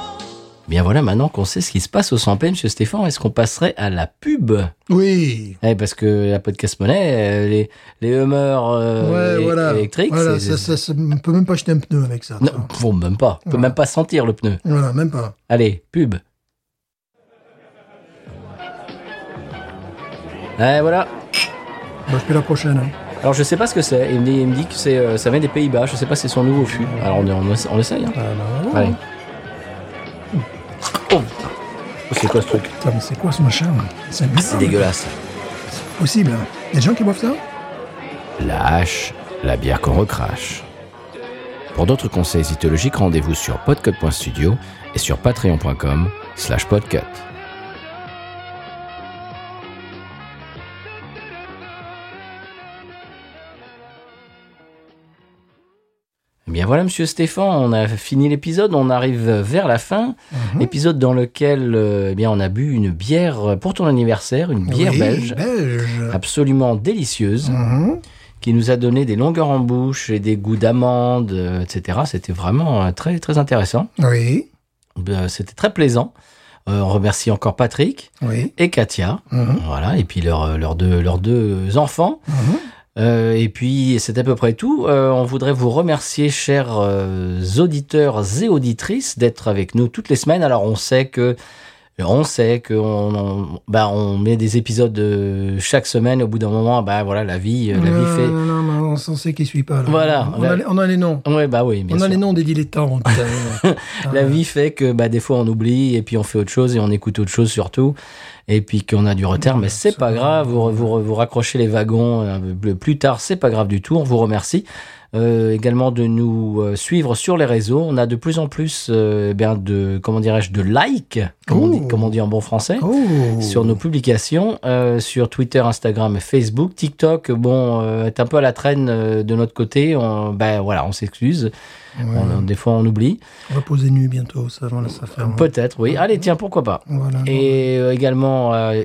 Eh bien voilà, maintenant qu'on sait ce qui se passe au 100p, monsieur Stéphane, est-ce qu'on passerait à la pub
Oui.
Eh, Parce que la podcast monnaie, euh, les, les humeurs
ouais, voilà.
électriques,
Voilà,
Euh, c'est-
ça, ça, ça- on peut même pas jeter un pneu avec ça.
Non, faut même pas. On peut même pas sentir le pneu.
Voilà, même pas.
Allez, pub. Eh, voilà.
Bon, je fais la prochaine. hein.
Alors je sais pas ce que c'est. Il me dit, il me dit que c'est, euh, ça vient des Pays-Bas. Je sais pas si c'est son nouveau fût. Alors on, on, on essaye. hein.
Ah, bah, ouais.
Allez. Oh. C'est quoi ce truc
Putain, mais c'est quoi ce machin C'est
Ah, C'est
bizarre.
dégueulasse.
possible. hein. Il y a des gens qui boivent ça
La hache, la bière qu'on recrache. Pour d'autres conseils itologiques, rendez-vous sur podcut.studio et sur patreon.com slash podcut.
Eh bien voilà, monsieur Stéphane, on a fini l'épisode, on arrive vers la fin. Épisode dans lequel euh, eh bien, on a bu une bière pour ton anniversaire, une bière
Oui, Bah,
belge, Ah.
belge.
absolument délicieuse,
Mhm.
qui nous a donné des longueurs en bouche et des goûts d'amande, euh, etc. C'était vraiment euh, très, très intéressant.
Oui,
Euh, C'était très plaisant. Euh, on remercie encore Patrick
oui.
et Katia.
Mhm.
Voilà, et puis leurs leurs deux, leurs deux enfants.
Mhm.
Euh, et puis, c'est à peu près tout. Euh, on voudrait vous remercier, chers euh, auditeurs et auditrices, d'être avec nous toutes les semaines. Alors, on sait que on sait qu'on on, bah, on met des épisodes euh, chaque semaine. Au bout d'un moment, bah voilà, la vie, euh, la vie
Euh,
fait.
Non, non, non, on s'en sait qui suit pas. là.
Voilà.
On, a, les- on a les noms.
Ouais, bah oui, bien
on a
sûr.
les noms
(laughs)
des dilettantes. Euh,
La vie fait que bah, des fois on oublie et puis on fait autre chose et on écoute autre chose surtout et puis qu'on a du retard mais c'est pas grave vous, vous, vous raccrochez les wagons euh, le plus tard c'est pas grave du tout on vous remercie Euh, également de nous euh, suivre sur les réseaux on a de plus en plus euh, eh bien de comment dirais-je de likes comme, on dit,
Oh.
comme on dit en bon français
Oh.
sur nos publications, euh, sur Twitter, Instagram, et Facebook, TikTok, bon, euh, est un peu à la traîne euh, de notre côté. On, ben voilà, on s'excuse.
Ouais.
On- des fois, on oublie.
On va poser nu bientôt, ça, voilà, ça ferme.
Peut-être, oui. Allez, tiens, pourquoi pas.
Voilà.
Et euh, également euh,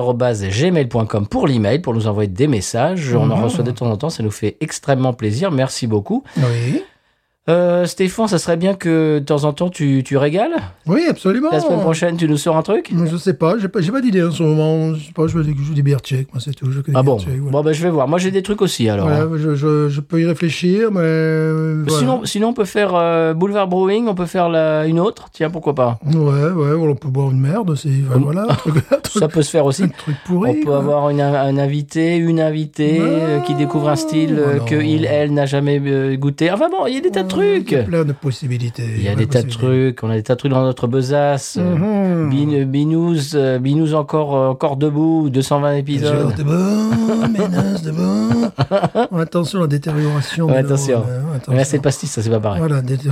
binoususa.gmail.com pour l'email, pour nous envoyer des messages. On en
Mhm.
reçoit de temps en temps, ça nous fait extrêmement plaisir. Merci beaucoup.
Oui.
Euh, Stéphane, ça serait bien que de temps en temps tu, tu régales.
Oui, absolument.
La semaine prochaine, tu nous sors un truc
Je sais pas, j'ai pas, j'ai pas d'idée en ce moment. Je sais pas, je veux dire que je joue des bières tchèques, moi, c'est tout. Je joue que des
Ah
bières
bon
tchèques, voilà.
Bon, ben je vais voir. Moi, j'ai des trucs aussi alors. hein.
Voilà, je, je, je peux y réfléchir, mais. euh, voilà.
Sinon, sinon, on peut faire euh, Boulevard Brewing, on peut faire la- une autre. Tiens, pourquoi pas
Ouais, ouais, on peut boire une merde, c'est. enfin, voilà,
(laughs)
un truc, un truc-
Ça peut se faire aussi.
un truc pourri.
on peut
quoi.
avoir une, un invité, une invitée
Non.
euh, qui découvre un style euh,
Oh
que
non. Oh,
il, elle n'a jamais euh, goûté. Enfin bon, il y a des tas de trucs.
Il y a plein de possibilités.
Il y a
plein
des tas de
possibilités.
trucs. On a des tas de trucs dans notre besace.
Mhm.
Bin- Binous, euh, Binous encore, euh, encore debout, 220 épisodes.
Genre de bon, menace de bon. Oh, attention à la détérioration.
Ouais,
de l'eau,
attention.
euh, attention.
Mais là, c'est le pastis, ça c'est pas pareil.
Voilà, dété-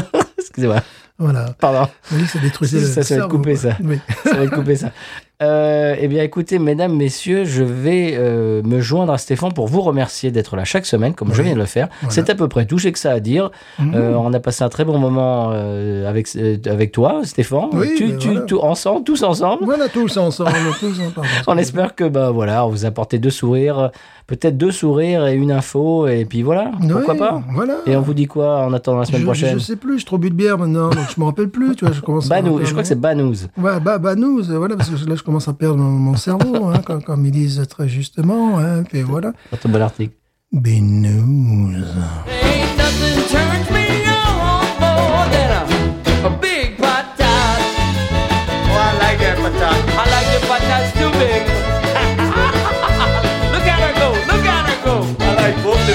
(laughs) Excusez-moi.
voilà.
Pardon.
Vous voyez, ça détruisait
Ça,
le
ça va être
cerveau,
coupé,
quoi.
ça.
Oui.
ça va être coupé ça. (laughs) Euh, eh bien, écoutez, mesdames, messieurs, je vais euh, me joindre à Stéphane pour vous remercier d'être là chaque semaine, comme je
Oui.
viens de le faire.
Voilà.
C'est à peu près tout, j'ai que ça à dire.
Mhm. Mmh.
Euh, on a passé un très bon moment euh, avec, euh, avec toi, Stéphane.
Oui,
Tu-
ben
tu-
voilà.
tout- ensemble, tous ensemble.
Voilà, tous ensemble. tous ensemble.
On espère que bah voilà, on vous apportez deux sourires, peut-être deux sourires et une info, et puis voilà, pourquoi
Oui,
pas.
Voilà.
Et on vous dit quoi en attendant la semaine
je,
prochaine
Je sais plus, je trop bu de bière maintenant, donc je me rappelle plus, tu vois, je commence à-
Banou, je crois que c'est Banous.
Ouais, bah, bah nous, euh, voilà, parce que là, je commence à perdre mon, mon cerveau, hein, comme, comme ils disent très justement, hein, puis voilà.
Dans ton bon article.
Benous.
Ain't nothing turns me on more than a, a big patat. Oh, I like that patat. I like the patats too big. (laughs) look at her go, look at her go. I like both the